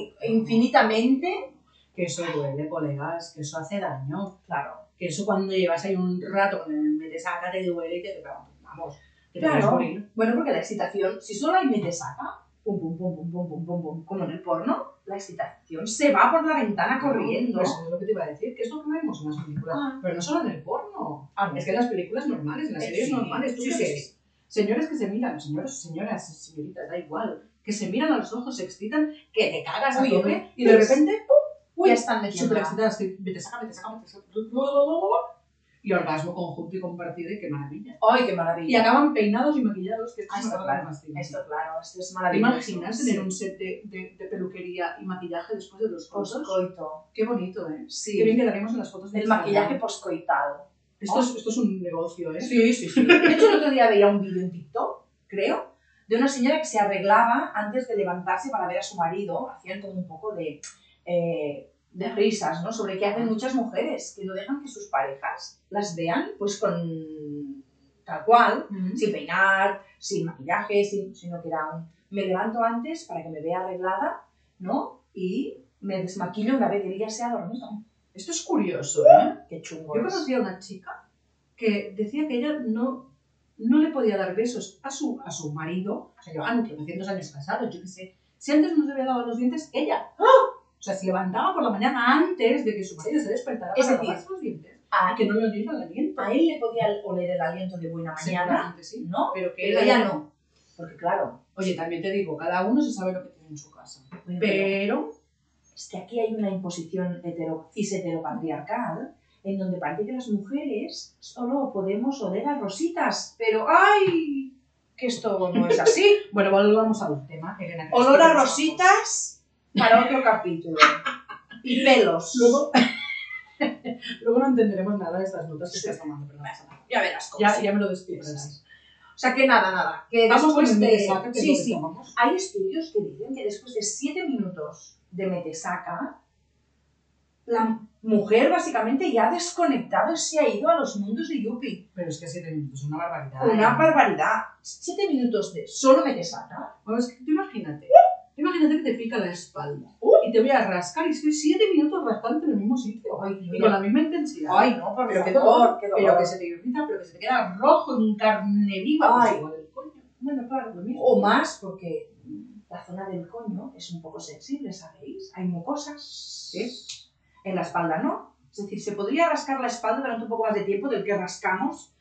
[SPEAKER 1] Infinitamente.
[SPEAKER 2] Que eso duele, colegas, que eso hace daño.
[SPEAKER 1] Claro.
[SPEAKER 2] Que eso cuando llevas ahí un rato, cuando metes acá, te duele y te vamos, que te
[SPEAKER 1] Claro.
[SPEAKER 2] quieres morir.
[SPEAKER 1] Bueno, porque la excitación, si solo hay te saca, pum, pum, pum, pum, pum, pum, pum, pum, como en el porno, la excitación se va por la ventana corriendo.
[SPEAKER 2] Pues eso es lo que te iba a decir, que es lo que vemos en las películas.
[SPEAKER 1] Ah.
[SPEAKER 2] Pero no solo en el porno.
[SPEAKER 1] Ah, no.
[SPEAKER 2] Es que en las películas normales, en las
[SPEAKER 1] Eh,
[SPEAKER 2] series
[SPEAKER 1] sí.
[SPEAKER 2] normales, tú
[SPEAKER 1] Sí,
[SPEAKER 2] qué
[SPEAKER 1] sí,
[SPEAKER 2] ves? Señores que se miran, señores, señoras, señoritas, da igual, que se miran a los ojos, se excitan, que te cagas
[SPEAKER 1] Uy,
[SPEAKER 2] a tope y de
[SPEAKER 1] ups.
[SPEAKER 2] repente, ¡pum! ¡Uy!
[SPEAKER 1] ya están metiendo
[SPEAKER 2] Súper
[SPEAKER 1] la...
[SPEAKER 2] excitadas, te- vete, saca, vete, saca, vete, saca, bla, bla, bla, bla. y orgasmo conjunto y compartido y qué maravilla.
[SPEAKER 1] ¡Ay, qué
[SPEAKER 2] Y
[SPEAKER 1] maravilla!
[SPEAKER 2] acaban peinados y maquillados, que esto
[SPEAKER 1] Ah,
[SPEAKER 2] es una
[SPEAKER 1] está
[SPEAKER 2] cosa
[SPEAKER 1] claro.
[SPEAKER 2] fantástica.
[SPEAKER 1] Esto, claro, esto es
[SPEAKER 2] ¿Te
[SPEAKER 1] maravilloso.
[SPEAKER 2] imaginas tener un set de, de- de peluquería y maquillaje después de los fotos?
[SPEAKER 1] Postcoito.
[SPEAKER 2] Qué bonito, ¿eh?
[SPEAKER 1] Sí.
[SPEAKER 2] Qué bien quedaríamos en las fotos de
[SPEAKER 1] El
[SPEAKER 2] Instagram.
[SPEAKER 1] maquillaje postcoitado.
[SPEAKER 2] Esto es, esto es un negocio, ¿eh?
[SPEAKER 1] Sí, sí, sí. De hecho, el otro día veía un vídeo en TikTok, creo, de una señora que se arreglaba antes de levantarse para ver a su marido. Hacían como un poco de, eh, de risas, ¿no? Sobre qué hacen muchas mujeres, que no dejan que sus parejas las vean, pues con tal cual,
[SPEAKER 2] Mm.
[SPEAKER 1] sin peinar, sin maquillaje, sin- sino que era un, me levanto antes para que me vea arreglada, ¿no? Y me desmaquillo una vez que ella se ha dormido.
[SPEAKER 2] Esto es curioso, ¿eh?
[SPEAKER 1] Qué chungo.
[SPEAKER 2] Yo
[SPEAKER 1] es.
[SPEAKER 2] conocí a una chica que decía que ella no, no le podía dar besos a su, a su marido, o sea, llevaban 900 años casados, yo qué sé. Si antes no se había dado los dientes, ella. ¡ah! O sea, se levantaba por la mañana antes de que su marido se despertara
[SPEAKER 1] Es
[SPEAKER 2] para
[SPEAKER 1] decir,
[SPEAKER 2] lavarse los dientes.
[SPEAKER 1] a,
[SPEAKER 2] Que no le oliera el aliento.
[SPEAKER 1] a él le podía oler el aliento de buena mañana,
[SPEAKER 2] Seguramente sí.
[SPEAKER 1] ¿no?
[SPEAKER 2] Pero que
[SPEAKER 1] Pero
[SPEAKER 2] ella,
[SPEAKER 1] ella no. Porque claro,
[SPEAKER 2] Oye, también te digo, cada uno se sabe lo que tiene en su casa.
[SPEAKER 1] bueno, pero
[SPEAKER 2] Pero,
[SPEAKER 1] es que aquí hay una imposición hetero, cis heteropatriarcal en donde parece que las mujeres solo podemos oler a rositas, pero ¡ay! Que esto no es así.
[SPEAKER 2] bueno, volvamos al tema. Elena, que
[SPEAKER 1] Olor a
[SPEAKER 2] nos-
[SPEAKER 1] rositas para otro capítulo. Y pelos.
[SPEAKER 2] Luego, luego no entenderemos nada de estas notas que estás tomando, pero no pasa nada.
[SPEAKER 1] ya verás cómo
[SPEAKER 2] Ya,
[SPEAKER 1] sí.
[SPEAKER 2] ya me lo despiertas.
[SPEAKER 1] O sea que nada, nada. Que
[SPEAKER 2] Vamos con
[SPEAKER 1] después
[SPEAKER 2] el
[SPEAKER 1] de...
[SPEAKER 2] metesaca, que es
[SPEAKER 1] Sí,
[SPEAKER 2] lo que
[SPEAKER 1] sí.
[SPEAKER 2] tomamos.
[SPEAKER 1] Hay estudios que dicen que después de 7 minutos de metesaca, la mujer básicamente ya ha desconectado y se ha ido a los mundos de Yuppie.
[SPEAKER 2] Pero es que siete minutos, una barbaridad.
[SPEAKER 1] Una
[SPEAKER 2] ¿eh?
[SPEAKER 1] barbaridad. 7 minutos de solo metesaca.
[SPEAKER 2] Bueno, es que tú imagínate. Tú imagínate que te pica la espalda.
[SPEAKER 1] Uh.
[SPEAKER 2] Y te voy a rascar y estoy siete minutos rascándote en el mismo sitio.
[SPEAKER 1] Ay,
[SPEAKER 2] Y con la misma intensidad.
[SPEAKER 1] no, por favor,
[SPEAKER 2] pero que dolor,
[SPEAKER 1] qué
[SPEAKER 2] Pero
[SPEAKER 1] dolor.
[SPEAKER 2] que se te irrita, pero que se te queda rojo en carne viva.
[SPEAKER 1] Ay.
[SPEAKER 2] Pues igual el coño.
[SPEAKER 1] Bueno, claro, lo mismo. O más, porque la zona del coño es un poco sensible, ¿sabéis? Hay mucosas. En la espalda no. Es decir, se podría rascar la espalda durante un poco más de tiempo del que rascamos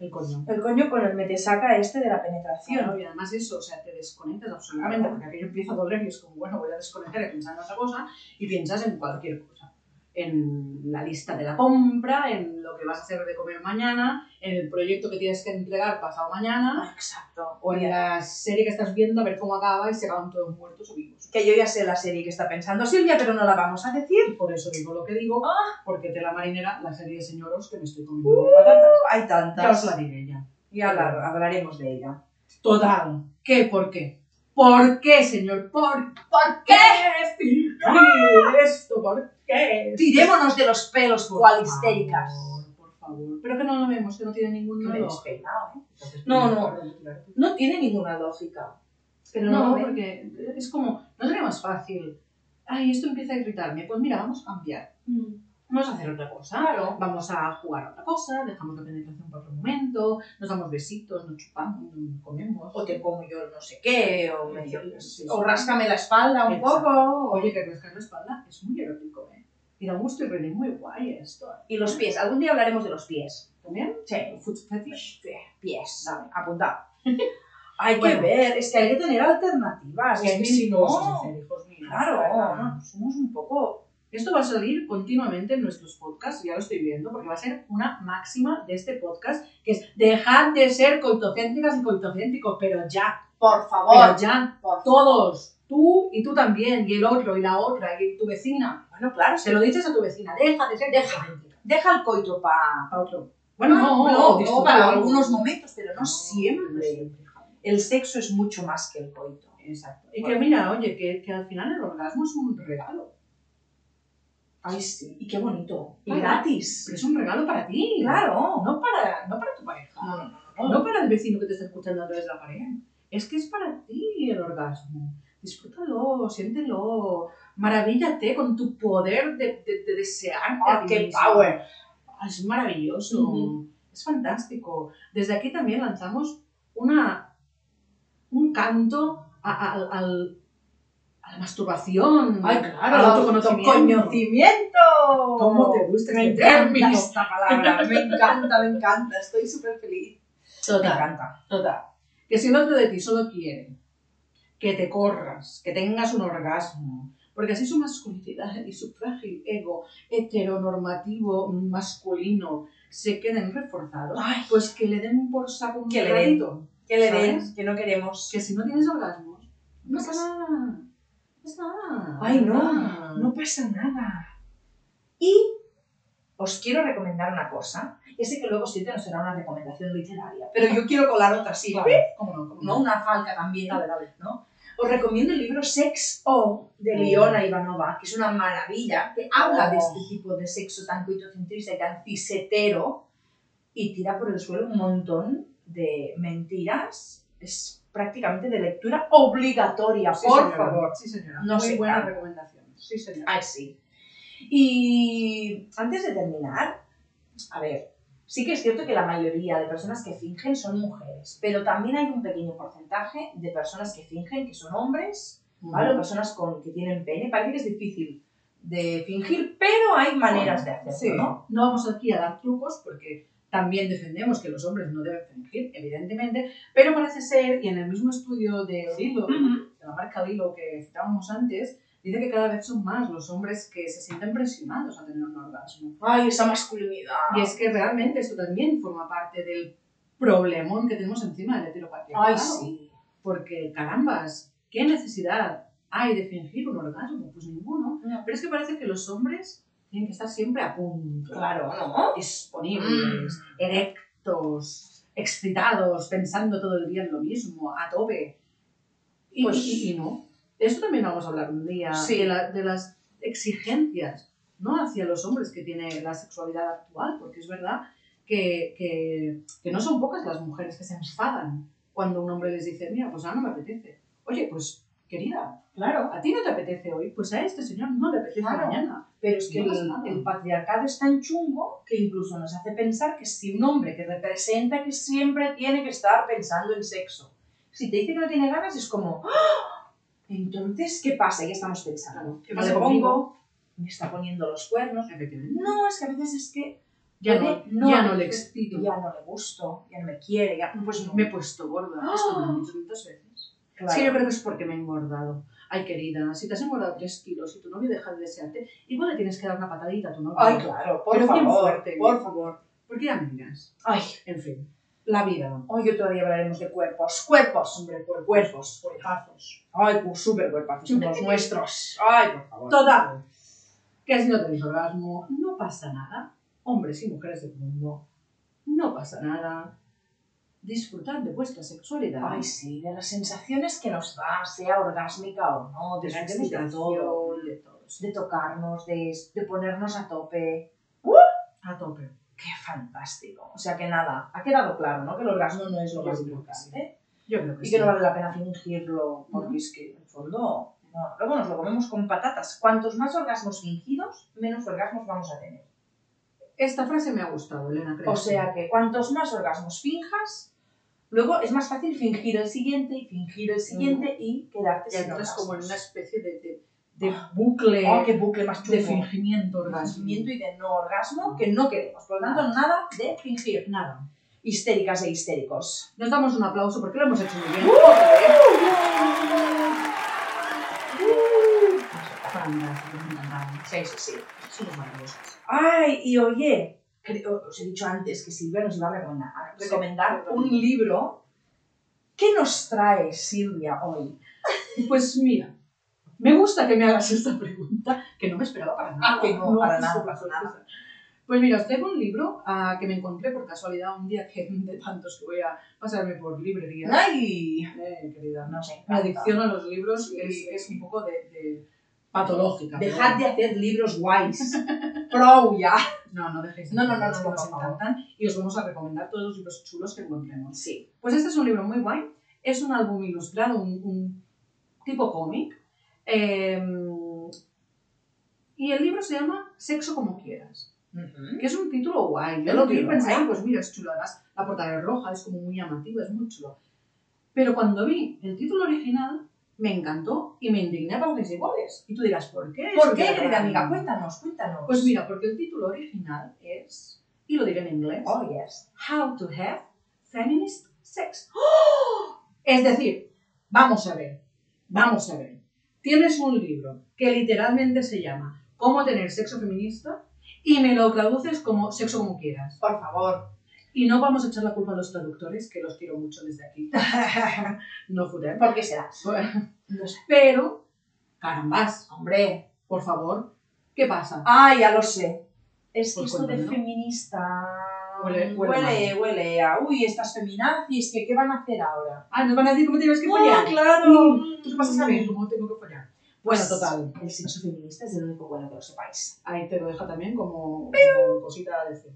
[SPEAKER 2] El coño.
[SPEAKER 1] el coño con el metesaca este de la penetración.
[SPEAKER 2] Claro, y además eso, o sea, te desconectas absolutamente porque aquello empieza a doler y es como, bueno, voy a desconectar y pensar en otra cosa y piensas en cualquier cosa. En la lista de la compra, en lo que vas a hacer de comer mañana, en el proyecto que tienes que entregar pasado mañana
[SPEAKER 1] Ah, Exacto.
[SPEAKER 2] o en la serie que estás viendo a ver cómo acaba y se acaban todos muertos o vivos.
[SPEAKER 1] Que yo ya sé la serie que está pensando Silvia, pero no la vamos a decir.
[SPEAKER 2] Y por eso digo lo que digo, porque tela marinera, la serie de señoros que me estoy comiendo
[SPEAKER 1] Uh,
[SPEAKER 2] con patatas.
[SPEAKER 1] Hay
[SPEAKER 2] Ya os
[SPEAKER 1] tantas.
[SPEAKER 2] la diré ya.
[SPEAKER 1] Ya la- hablaremos de ella.
[SPEAKER 2] Total. ¿Qué? ¿Por qué? ¿Por qué, señor? ¿Por, por qué? decir esto? ¿Por qué?
[SPEAKER 1] Tirémonos de los pelos,
[SPEAKER 2] Por
[SPEAKER 1] cual
[SPEAKER 2] favor,
[SPEAKER 1] histéricas.
[SPEAKER 2] Por favor. Pero que no lo vemos, que no tiene ningún
[SPEAKER 1] Me he
[SPEAKER 2] olor.
[SPEAKER 1] despeinado, ¿eh? No, no. No tiene ninguna lógica.
[SPEAKER 2] Pero
[SPEAKER 1] No,
[SPEAKER 2] no,
[SPEAKER 1] ¿eh?
[SPEAKER 2] porque es como, no sería más fácil. Ay, esto empieza a irritarme. Pues mira, vamos a cambiar. Vamos a hacer otra cosa. Vamos a jugar a otra cosa. Dejamos la penetración por otro momento. Nos damos besitos, nos chupamos, nos comemos.
[SPEAKER 1] o te como yo no sé qué, o, me-
[SPEAKER 2] Sí.
[SPEAKER 1] o ráscame la espalda un
[SPEAKER 2] Exacto.
[SPEAKER 1] poco. o-
[SPEAKER 2] Oye, que rascar la espalda es muy erótico, ¿eh? Y da gusto y rende muy guay esto. ¿eh?
[SPEAKER 1] Y los pies, algún día hablaremos de los pies.
[SPEAKER 2] ¿También? eh,
[SPEAKER 1] Sí,
[SPEAKER 2] Foot fetish.
[SPEAKER 1] sí, pies,
[SPEAKER 2] Vale.
[SPEAKER 1] apuntado. Hay que
[SPEAKER 2] Bueno.
[SPEAKER 1] ver, es que hay que tener alternativas.
[SPEAKER 2] Así
[SPEAKER 1] es que
[SPEAKER 2] mil
[SPEAKER 1] si no,
[SPEAKER 2] cosas hacer, hijos míos. Ah,
[SPEAKER 1] claro,
[SPEAKER 2] ¿verdad?
[SPEAKER 1] no, somos un poco
[SPEAKER 2] Esto va a salir continuamente en nuestros podcasts, ya lo estoy viendo, porque va a ser una máxima de este podcast, que es dejad de ser coitocéntricas y coitocéntricos, pero ya,
[SPEAKER 3] Por
[SPEAKER 2] pero
[SPEAKER 3] favor.
[SPEAKER 2] ya,
[SPEAKER 3] por favor.
[SPEAKER 2] todos, tú y tú también, y el otro y la otra, y tu vecina.
[SPEAKER 3] Bueno, claro,
[SPEAKER 2] Se lo dices a tu vecina, deja de ser coitocéntrica.
[SPEAKER 3] deja el coito para
[SPEAKER 2] A otro. Ah, Bueno, no,
[SPEAKER 3] no,
[SPEAKER 2] disfruta
[SPEAKER 3] para
[SPEAKER 2] algo.
[SPEAKER 3] algunos momentos, pero no,
[SPEAKER 2] No, no
[SPEAKER 3] siempre.
[SPEAKER 2] siempre.
[SPEAKER 3] El sexo es mucho más que el coito. Exacto.
[SPEAKER 2] Y que mira, oye, que, que al final el orgasmo es un regalo.
[SPEAKER 3] Ay, sí. Y qué bonito. Y
[SPEAKER 2] Claro.
[SPEAKER 3] gratis.
[SPEAKER 2] Pero es un regalo para ti.
[SPEAKER 3] Claro.
[SPEAKER 2] No para, no para tu pareja.
[SPEAKER 3] No,
[SPEAKER 2] No para el vecino que te está escuchando a través de la pared. Es que es para ti el orgasmo. Disfrútalo, siéntelo, maravíllate con tu poder de, de, de desearte.
[SPEAKER 3] Ah,
[SPEAKER 2] a ti
[SPEAKER 3] qué
[SPEAKER 2] mismo.
[SPEAKER 3] power.
[SPEAKER 2] Ah, Es maravilloso.
[SPEAKER 3] Ujú.
[SPEAKER 2] Es fantástico. Desde aquí también lanzamos una, un canto a, a- al- a la masturbación. al autoconocimiento.
[SPEAKER 3] Conocimiento.
[SPEAKER 2] ¿Cómo te gusta
[SPEAKER 3] Me
[SPEAKER 2] este
[SPEAKER 3] encanta
[SPEAKER 2] término?
[SPEAKER 3] esta palabra. Me encanta, me encanta. Estoy súper feliz. Me
[SPEAKER 2] Total.
[SPEAKER 3] encanta.
[SPEAKER 2] Total. Que si el otro de ti solo quiere que te corras, que tengas un orgasmo, porque así su masculinidad y su frágil ego heteronormativo masculino se queden reforzados,
[SPEAKER 3] Ay,
[SPEAKER 2] pues que le den por saco un
[SPEAKER 3] Que le den.
[SPEAKER 2] ratito.
[SPEAKER 3] que le
[SPEAKER 2] ¿Sabes?
[SPEAKER 3] den, que no queremos.
[SPEAKER 2] Que si no tienes orgasmos, no
[SPEAKER 3] No
[SPEAKER 2] pasa
[SPEAKER 3] pasa-
[SPEAKER 2] nada. No pasa nada.
[SPEAKER 3] Ay,
[SPEAKER 2] Ah.
[SPEAKER 3] no, no pasa nada. Y
[SPEAKER 1] Os quiero recomendar una cosa. Ya sé que luego siempre no será una recomendación literaria, pero
[SPEAKER 3] pero yo quiero colar otra sí,
[SPEAKER 2] Claro, cómo no, cómo
[SPEAKER 1] no
[SPEAKER 2] ¿Eh? no.
[SPEAKER 1] una falca también.
[SPEAKER 3] Dale, dale.
[SPEAKER 1] ¿no? Os recomiendo el libro Sex O
[SPEAKER 2] Mm.
[SPEAKER 1] de Liona Ivanova, que es una maravilla, que habla
[SPEAKER 2] Oh.
[SPEAKER 1] de este tipo de sexo tan coitocentrista y tan cisetero y tira por el suelo un montón de mentiras. Es prácticamente de lectura obligatoria,
[SPEAKER 2] Sí,
[SPEAKER 1] por
[SPEAKER 2] señora.
[SPEAKER 1] favor.
[SPEAKER 2] Sí, señora.
[SPEAKER 1] No
[SPEAKER 2] Muy
[SPEAKER 1] se
[SPEAKER 2] buena
[SPEAKER 1] tarda.
[SPEAKER 2] recomendación. Sí, señora.
[SPEAKER 1] Ay, sí. Y antes de terminar, a ver, sí que es cierto que la mayoría de personas que fingen son mujeres, pero también hay un pequeño porcentaje de personas que fingen que son hombres, ¿vale? O personas con, que tienen pene. Parece que es difícil de fingir, pero hay maneras de hacerlo,
[SPEAKER 2] Sí.
[SPEAKER 1] ¿no?
[SPEAKER 2] No vamos aquí a dar trucos porque también defendemos que los hombres no deben fingir, evidentemente, pero parece ser, y en el mismo estudio de Lilo, de la marca Lilo que citábamos antes, dice que cada vez son más los hombres que se sienten presionados a tener un orgasmo.
[SPEAKER 1] Ay, esa masculinidad.
[SPEAKER 2] Y es que realmente esto también forma parte del problemón que tenemos encima del heteropatriarcado.
[SPEAKER 3] Ay, sí.
[SPEAKER 2] Porque, carambas, ¿qué necesidad hay de fingir un orgasmo? Pues ninguno.
[SPEAKER 1] No.
[SPEAKER 2] Pero es que parece que los hombres tienen que estar siempre a punto
[SPEAKER 1] Claro, ¿no?
[SPEAKER 2] disponibles, erectos, excitados, pensando todo el día en lo mismo, a tope. Y,
[SPEAKER 1] Pues-
[SPEAKER 2] y- y no. De esto también vamos a hablar un día,
[SPEAKER 1] Sí.
[SPEAKER 2] de, la- de las exigencias ¿no? hacia los hombres que tiene la sexualidad actual, porque es verdad que, que- que no son pocas las mujeres que se enfadan cuando un hombre les dice, mira, pues ahora no me apetece. Oye, pues querida, claro, a ti no te apetece hoy, pues a este señor no le apetece
[SPEAKER 1] Claro.
[SPEAKER 2] mañana.
[SPEAKER 1] Pero es que
[SPEAKER 2] No pasa
[SPEAKER 1] el,
[SPEAKER 2] nada.
[SPEAKER 1] el patriarcado es tan chungo que incluso nos hace pensar que si un hombre te representa que siempre tiene que estar pensando en sexo, si te dice que no tiene ganas es como, ¡Ah! entonces, ¿qué pasa? Ya estamos pensando.
[SPEAKER 2] ¿Qué
[SPEAKER 1] ¿Me
[SPEAKER 2] pasa
[SPEAKER 1] le pongo?
[SPEAKER 2] conmigo?
[SPEAKER 1] Me está poniendo los cuernos.
[SPEAKER 2] Efectivamente.
[SPEAKER 1] No, es que a veces es que
[SPEAKER 2] Ya no,
[SPEAKER 1] puede
[SPEAKER 2] ya
[SPEAKER 1] haber-
[SPEAKER 2] no le excito.
[SPEAKER 1] Ya no le gusto, ya no me quiere, ya pues no.
[SPEAKER 2] Me he puesto gorda.
[SPEAKER 1] Ah.
[SPEAKER 2] Esto me lo han dicho tantas veces.
[SPEAKER 1] Claro.
[SPEAKER 2] Sí, yo creo que es porque me he engordado. Ay, querida, si te has engordado tres kilos y tu novio deja de desearte, igual le tienes que dar una patadita a tu novio.
[SPEAKER 1] Ay, claro, por
[SPEAKER 2] Pero bien
[SPEAKER 1] favor,
[SPEAKER 2] fuerte.
[SPEAKER 1] por favor.
[SPEAKER 2] ¿Por qué amigas?
[SPEAKER 1] Ay,
[SPEAKER 2] En fin, la vida.
[SPEAKER 1] hoy otro día hablaremos de cuerpos, cuerpos, hombre, por cuerpos, cuerpazos. Ay, pues súper cuerpazos, son los nuestros. Ay, por favor.
[SPEAKER 2] Total. Que si no tenéis orgasmo, no pasa nada. Hombres y mujeres del mundo, no pasa nada. Disfrutad de vuestra sexualidad.
[SPEAKER 1] Ay, sí, de las sensaciones que nos da, sea orgásmica o no,
[SPEAKER 2] de
[SPEAKER 1] de
[SPEAKER 2] la
[SPEAKER 1] sentirnos de todo,
[SPEAKER 2] excitación, de todo. sí.
[SPEAKER 1] de tocarnos, de, de ponernos a tope.
[SPEAKER 2] A tope.
[SPEAKER 1] ¡Qué fantástico! O sea que nada, ha quedado claro, ¿no? Que el orgasmo no es lo
[SPEAKER 2] Yo
[SPEAKER 1] más
[SPEAKER 2] creo que sí.
[SPEAKER 1] importante
[SPEAKER 2] Yo creo que
[SPEAKER 1] y
[SPEAKER 2] sí.
[SPEAKER 1] que no vale la pena fingirlo, porque
[SPEAKER 2] No.
[SPEAKER 1] es que en el fondo, no. luego nos lo comemos con patatas. Cuantos más orgasmos fingidos, menos orgasmos vamos a tener.
[SPEAKER 2] Esta frase me ha gustado, Elena.
[SPEAKER 1] O
[SPEAKER 2] Crespo.
[SPEAKER 1] sea que cuantos más orgasmos finjas, luego es más fácil fingir el siguiente y fingir el siguiente y quedarte
[SPEAKER 2] Y
[SPEAKER 1] sin
[SPEAKER 2] entras como en
[SPEAKER 1] orgasmos.
[SPEAKER 2] una especie de, de- de bucle
[SPEAKER 1] Oh, qué bucle más
[SPEAKER 2] de
[SPEAKER 1] chungo.
[SPEAKER 2] fingimiento
[SPEAKER 1] de
[SPEAKER 2] orgasmo.
[SPEAKER 1] fingimiento y de no orgasmo que no queremos. Por lo tanto, nada de fingir.
[SPEAKER 2] Nada.
[SPEAKER 1] Histéricas e histéricos.
[SPEAKER 2] Nos damos un aplauso porque lo
[SPEAKER 1] ¡Uh!
[SPEAKER 2] hemos hecho muy bien.
[SPEAKER 1] Nos
[SPEAKER 2] fantástico, me encantaban.
[SPEAKER 1] Sí, sí, sí.
[SPEAKER 2] Son maravillosas.
[SPEAKER 1] Ay, y oye, cre- o- os he dicho antes que Silvia nos iba a recomendar, a
[SPEAKER 2] Sí,
[SPEAKER 1] recomendar
[SPEAKER 2] perdón.
[SPEAKER 1] un libro. ¿Qué nos trae Silvia hoy?
[SPEAKER 2] Pues mira, me gusta que me hagas esta pregunta, que no me esperaba para nada.
[SPEAKER 1] Ah, que no, para
[SPEAKER 2] es
[SPEAKER 1] nada,
[SPEAKER 2] una
[SPEAKER 1] para
[SPEAKER 2] sorpresa.
[SPEAKER 1] nada.
[SPEAKER 2] Pues mira, os traigo un libro ah, que me encontré por casualidad un día que de tantos que voy a pasarme por librería.
[SPEAKER 1] Ah. ¡Ay!
[SPEAKER 2] Eh, querida,
[SPEAKER 1] Nos encanta.
[SPEAKER 2] La adicción a los libros
[SPEAKER 1] Sí.
[SPEAKER 2] es, es un poco de, de patológica. pero
[SPEAKER 1] Dejad de hacer libros guays. Pro ya.
[SPEAKER 2] No, no dejéis.
[SPEAKER 1] No, no, no,
[SPEAKER 2] es que
[SPEAKER 1] no,
[SPEAKER 2] nos
[SPEAKER 1] por favor.
[SPEAKER 2] encantan y os vamos a recomendar todos los libros chulos que encontremos.
[SPEAKER 1] Sí.
[SPEAKER 2] Pues este es un libro muy guay. Es un álbum ilustrado, un, un tipo cómic. eh, y el libro se llama Sexo como quieras, que es un título guay. Yo
[SPEAKER 1] Es
[SPEAKER 2] lo
[SPEAKER 1] un
[SPEAKER 2] vi y
[SPEAKER 1] título
[SPEAKER 2] pensé,
[SPEAKER 1] guay.
[SPEAKER 2] "Ah, pues mira, es chulo. Además, la portada es roja, es como muy llamativa, es muy chulo. Pero cuando vi el título original, me encantó y me indigné para mis iguales. Y tú dirás, ¿por qué?
[SPEAKER 1] ¿Por qué, Ah.
[SPEAKER 2] Sofía
[SPEAKER 1] querida amiga?
[SPEAKER 2] Rani?".
[SPEAKER 1] Cuéntanos, cuéntanos.
[SPEAKER 2] Pues mira, porque el título original es, y lo diré en inglés,
[SPEAKER 1] Oh, yes.
[SPEAKER 2] How to Have Feminist Sex. ¡Oh! Es decir, vamos a ver, vamos a ver. Tienes un libro que literalmente se llama Cómo tener sexo feminista y me lo traduces como sexo como quieras.
[SPEAKER 1] Por favor.
[SPEAKER 2] Y no vamos a echar la culpa a los traductores, que los quiero mucho desde aquí. No futen.
[SPEAKER 1] ¿Por qué será? No sé.
[SPEAKER 2] Pero, carambas,
[SPEAKER 1] Hombre.
[SPEAKER 2] por favor, ¿qué pasa?
[SPEAKER 1] Ah, ya lo sé. Es que
[SPEAKER 2] Pues
[SPEAKER 1] esto de
[SPEAKER 2] cuéntame, ¿no?
[SPEAKER 1] feminista.
[SPEAKER 2] Huele- huele
[SPEAKER 1] huele, huele a. Uy, estas feminazis, que qué van a hacer ahora. Mm,
[SPEAKER 2] Ah, nos van a decir cómo tienes que follar.
[SPEAKER 1] ¡Oh, Ah, claro!
[SPEAKER 2] ¿Tú qué vas a saber cómo tengo que follar? Bueno,
[SPEAKER 1] Pues,
[SPEAKER 2] total.
[SPEAKER 1] El sexo feminista es el único bueno que lo sepáis.
[SPEAKER 2] Ahí te lo deja también como, como cosita a decir.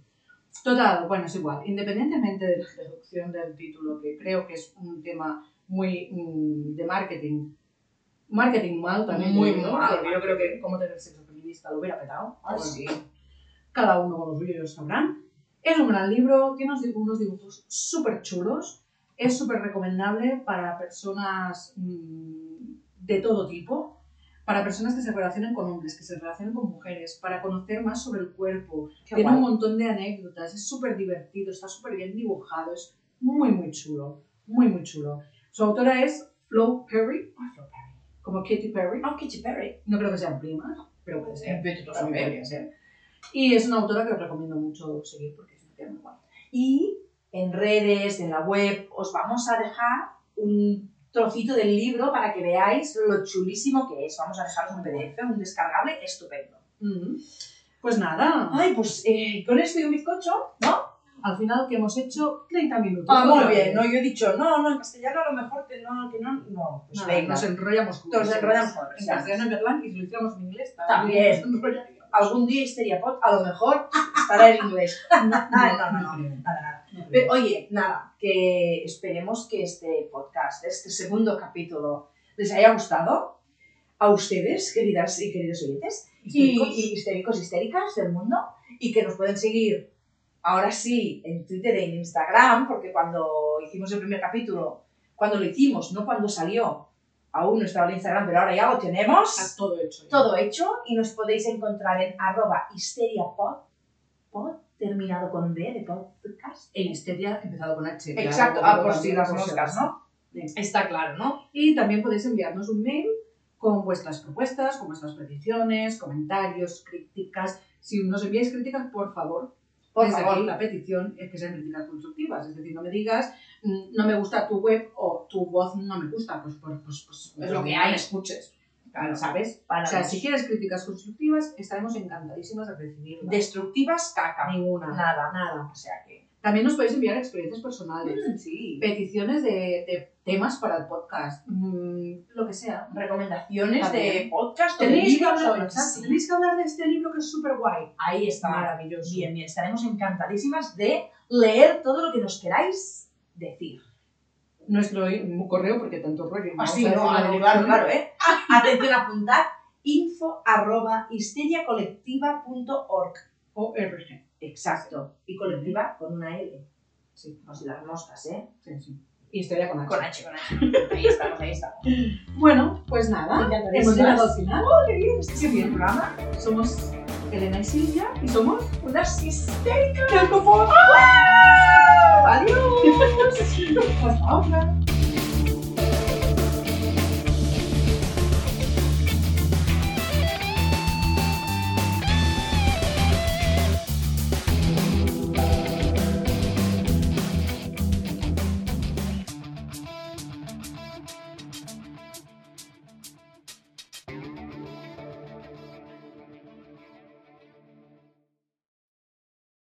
[SPEAKER 2] Total, bueno, es igual. Independientemente de la reducción del título, que creo que es un tema muy mm, de marketing. Marketing mal también.
[SPEAKER 1] Muy
[SPEAKER 2] te digo,
[SPEAKER 1] mal.
[SPEAKER 2] porque Yo creo que como tener sexo feminista lo hubiera petado.
[SPEAKER 1] Ah,
[SPEAKER 2] Bueno,
[SPEAKER 1] sí.
[SPEAKER 2] Cada uno con los suyo y lo sabrán. Es un gran libro, tiene unos dibu- unos dibujos súper chulos. Es súper recomendable para personas mm, de todo tipo para personas que se relacionan con hombres, que se relacionan con mujeres, para conocer más sobre el cuerpo.
[SPEAKER 1] Qué
[SPEAKER 2] Tiene un
[SPEAKER 1] guay.
[SPEAKER 2] montón de anécdotas, es súper divertido, está súper bien dibujado, es muy, muy chulo, muy, muy chulo. Su autora es Flo Perry, como Katy Perry.
[SPEAKER 1] Ah, Katy Perry.
[SPEAKER 2] No creo que sean primas, pero puede ser.
[SPEAKER 1] Vete tú
[SPEAKER 2] También podría ser. Y es una autora que os recomiendo mucho seguir porque es una tía muy guay.
[SPEAKER 1] Y en redes, en la web, os vamos a dejar un trocito del libro para que veáis lo chulísimo que es. Vamos a dejaros un PDF, un descargable estupendo.
[SPEAKER 2] Ujú. Pues nada,
[SPEAKER 1] Ay, pues eh, con esto y un bizcocho, ¿no? Pues
[SPEAKER 2] al final que hemos hecho 30 minutos.
[SPEAKER 1] Ah, muy bien. No, yo he dicho, no, no, en castellano a lo mejor que no, que no, no. Pues
[SPEAKER 2] Nada,
[SPEAKER 1] venga.
[SPEAKER 2] nos enrollamos con
[SPEAKER 1] Nos enrollamos con
[SPEAKER 2] En castellano, en catalán, y si lo hiciéramos en inglés
[SPEAKER 1] También.
[SPEAKER 2] nos enrollaríamos.
[SPEAKER 1] Algún día Histeria Pod, a lo mejor estará en inglés.
[SPEAKER 2] No,
[SPEAKER 1] no, no, Nada, nada. Pe-
[SPEAKER 2] Pero-
[SPEAKER 1] oye, nada, que esperemos que este podcast, este segundo capítulo, les haya gustado a ustedes, queridas y queridos oyentes, y,
[SPEAKER 2] Histéricos.
[SPEAKER 1] y histéricos, histéricas del mundo, y que nos pueden seguir ahora sí en Twitter e en Instagram, porque cuando hicimos el primer capítulo, cuando lo hicimos, no cuando salió, aún no estaba en Instagram, pero ahora ya lo tenemos,
[SPEAKER 2] Está todo hecho. ya.
[SPEAKER 1] todo hecho, y nos podéis encontrar en arroba histeriapod, pod, terminado con D de podcast.
[SPEAKER 2] En histeria, empezado con H. ya,
[SPEAKER 1] Exacto,
[SPEAKER 2] luego
[SPEAKER 1] ah, por
[SPEAKER 2] también,
[SPEAKER 1] si las
[SPEAKER 2] por si
[SPEAKER 1] moscas,
[SPEAKER 2] acaso.
[SPEAKER 1] ¿no?
[SPEAKER 2] Bien.
[SPEAKER 1] Está claro, ¿no?
[SPEAKER 2] Y también podéis enviarnos un mail con vuestras propuestas, con vuestras peticiones, comentarios, críticas. Si nos enviáis críticas, por favor,
[SPEAKER 1] Por
[SPEAKER 2] desde
[SPEAKER 1] favor.
[SPEAKER 2] aquí la petición es que sean críticas constructivas. Es decir, no me digas, mm, no me gusta tu web o tu voz no me gusta. Pues, pues, pues, pues,
[SPEAKER 1] Es lo que hay.
[SPEAKER 2] no escuches. Claro, ¿sabes?
[SPEAKER 1] Para
[SPEAKER 2] O sea,
[SPEAKER 1] los
[SPEAKER 2] si quieres críticas constructivas, estaremos encantadísimas de recibirlas.
[SPEAKER 1] destructivas, caca.
[SPEAKER 2] Ninguna.
[SPEAKER 1] Nada.
[SPEAKER 2] Nada.
[SPEAKER 1] O sea que.
[SPEAKER 2] También nos podéis enviar experiencias personales,
[SPEAKER 1] Mm, Sí.
[SPEAKER 2] peticiones de, de temas para el podcast, mm, lo que sea.
[SPEAKER 1] Recomendaciones de
[SPEAKER 2] También.
[SPEAKER 1] podcast o de
[SPEAKER 2] Tenéis que,
[SPEAKER 1] vídeos o
[SPEAKER 2] hablar,
[SPEAKER 1] de-
[SPEAKER 2] exacto,
[SPEAKER 1] Sí.
[SPEAKER 2] tenéis que hablar de este libro que es súper guay.
[SPEAKER 1] Ahí está.
[SPEAKER 2] Maravilloso.
[SPEAKER 1] Bien, bien. Estaremos encantadísimas de leer todo lo que nos queráis decir.
[SPEAKER 2] Nuestro i- correo, porque tanto rollo. vamos
[SPEAKER 1] Así,
[SPEAKER 2] a decir
[SPEAKER 1] Ah, no,
[SPEAKER 2] la
[SPEAKER 1] claro,
[SPEAKER 2] dirección.
[SPEAKER 1] claro, claro, ¿eh? Atención a apuntar info arroba histeriacolectiva.org.
[SPEAKER 2] ORG.
[SPEAKER 1] Exacto. Y colectiva con una L.
[SPEAKER 2] Sí,
[SPEAKER 1] Por si las moscas, ¿eh?
[SPEAKER 2] sí, sí. Y estaría con H.
[SPEAKER 1] Con H, con H. Ahí estamos, ahí estamos.
[SPEAKER 2] Bueno, pues nada. Hemos llegado al final.
[SPEAKER 1] qué bien, este es el programa.
[SPEAKER 2] Somos Elena y Silvia y somos.
[SPEAKER 1] Unas histéricas.
[SPEAKER 2] ¡Qué
[SPEAKER 1] ¡Ah! ¡Adiós!
[SPEAKER 2] Hasta ahora.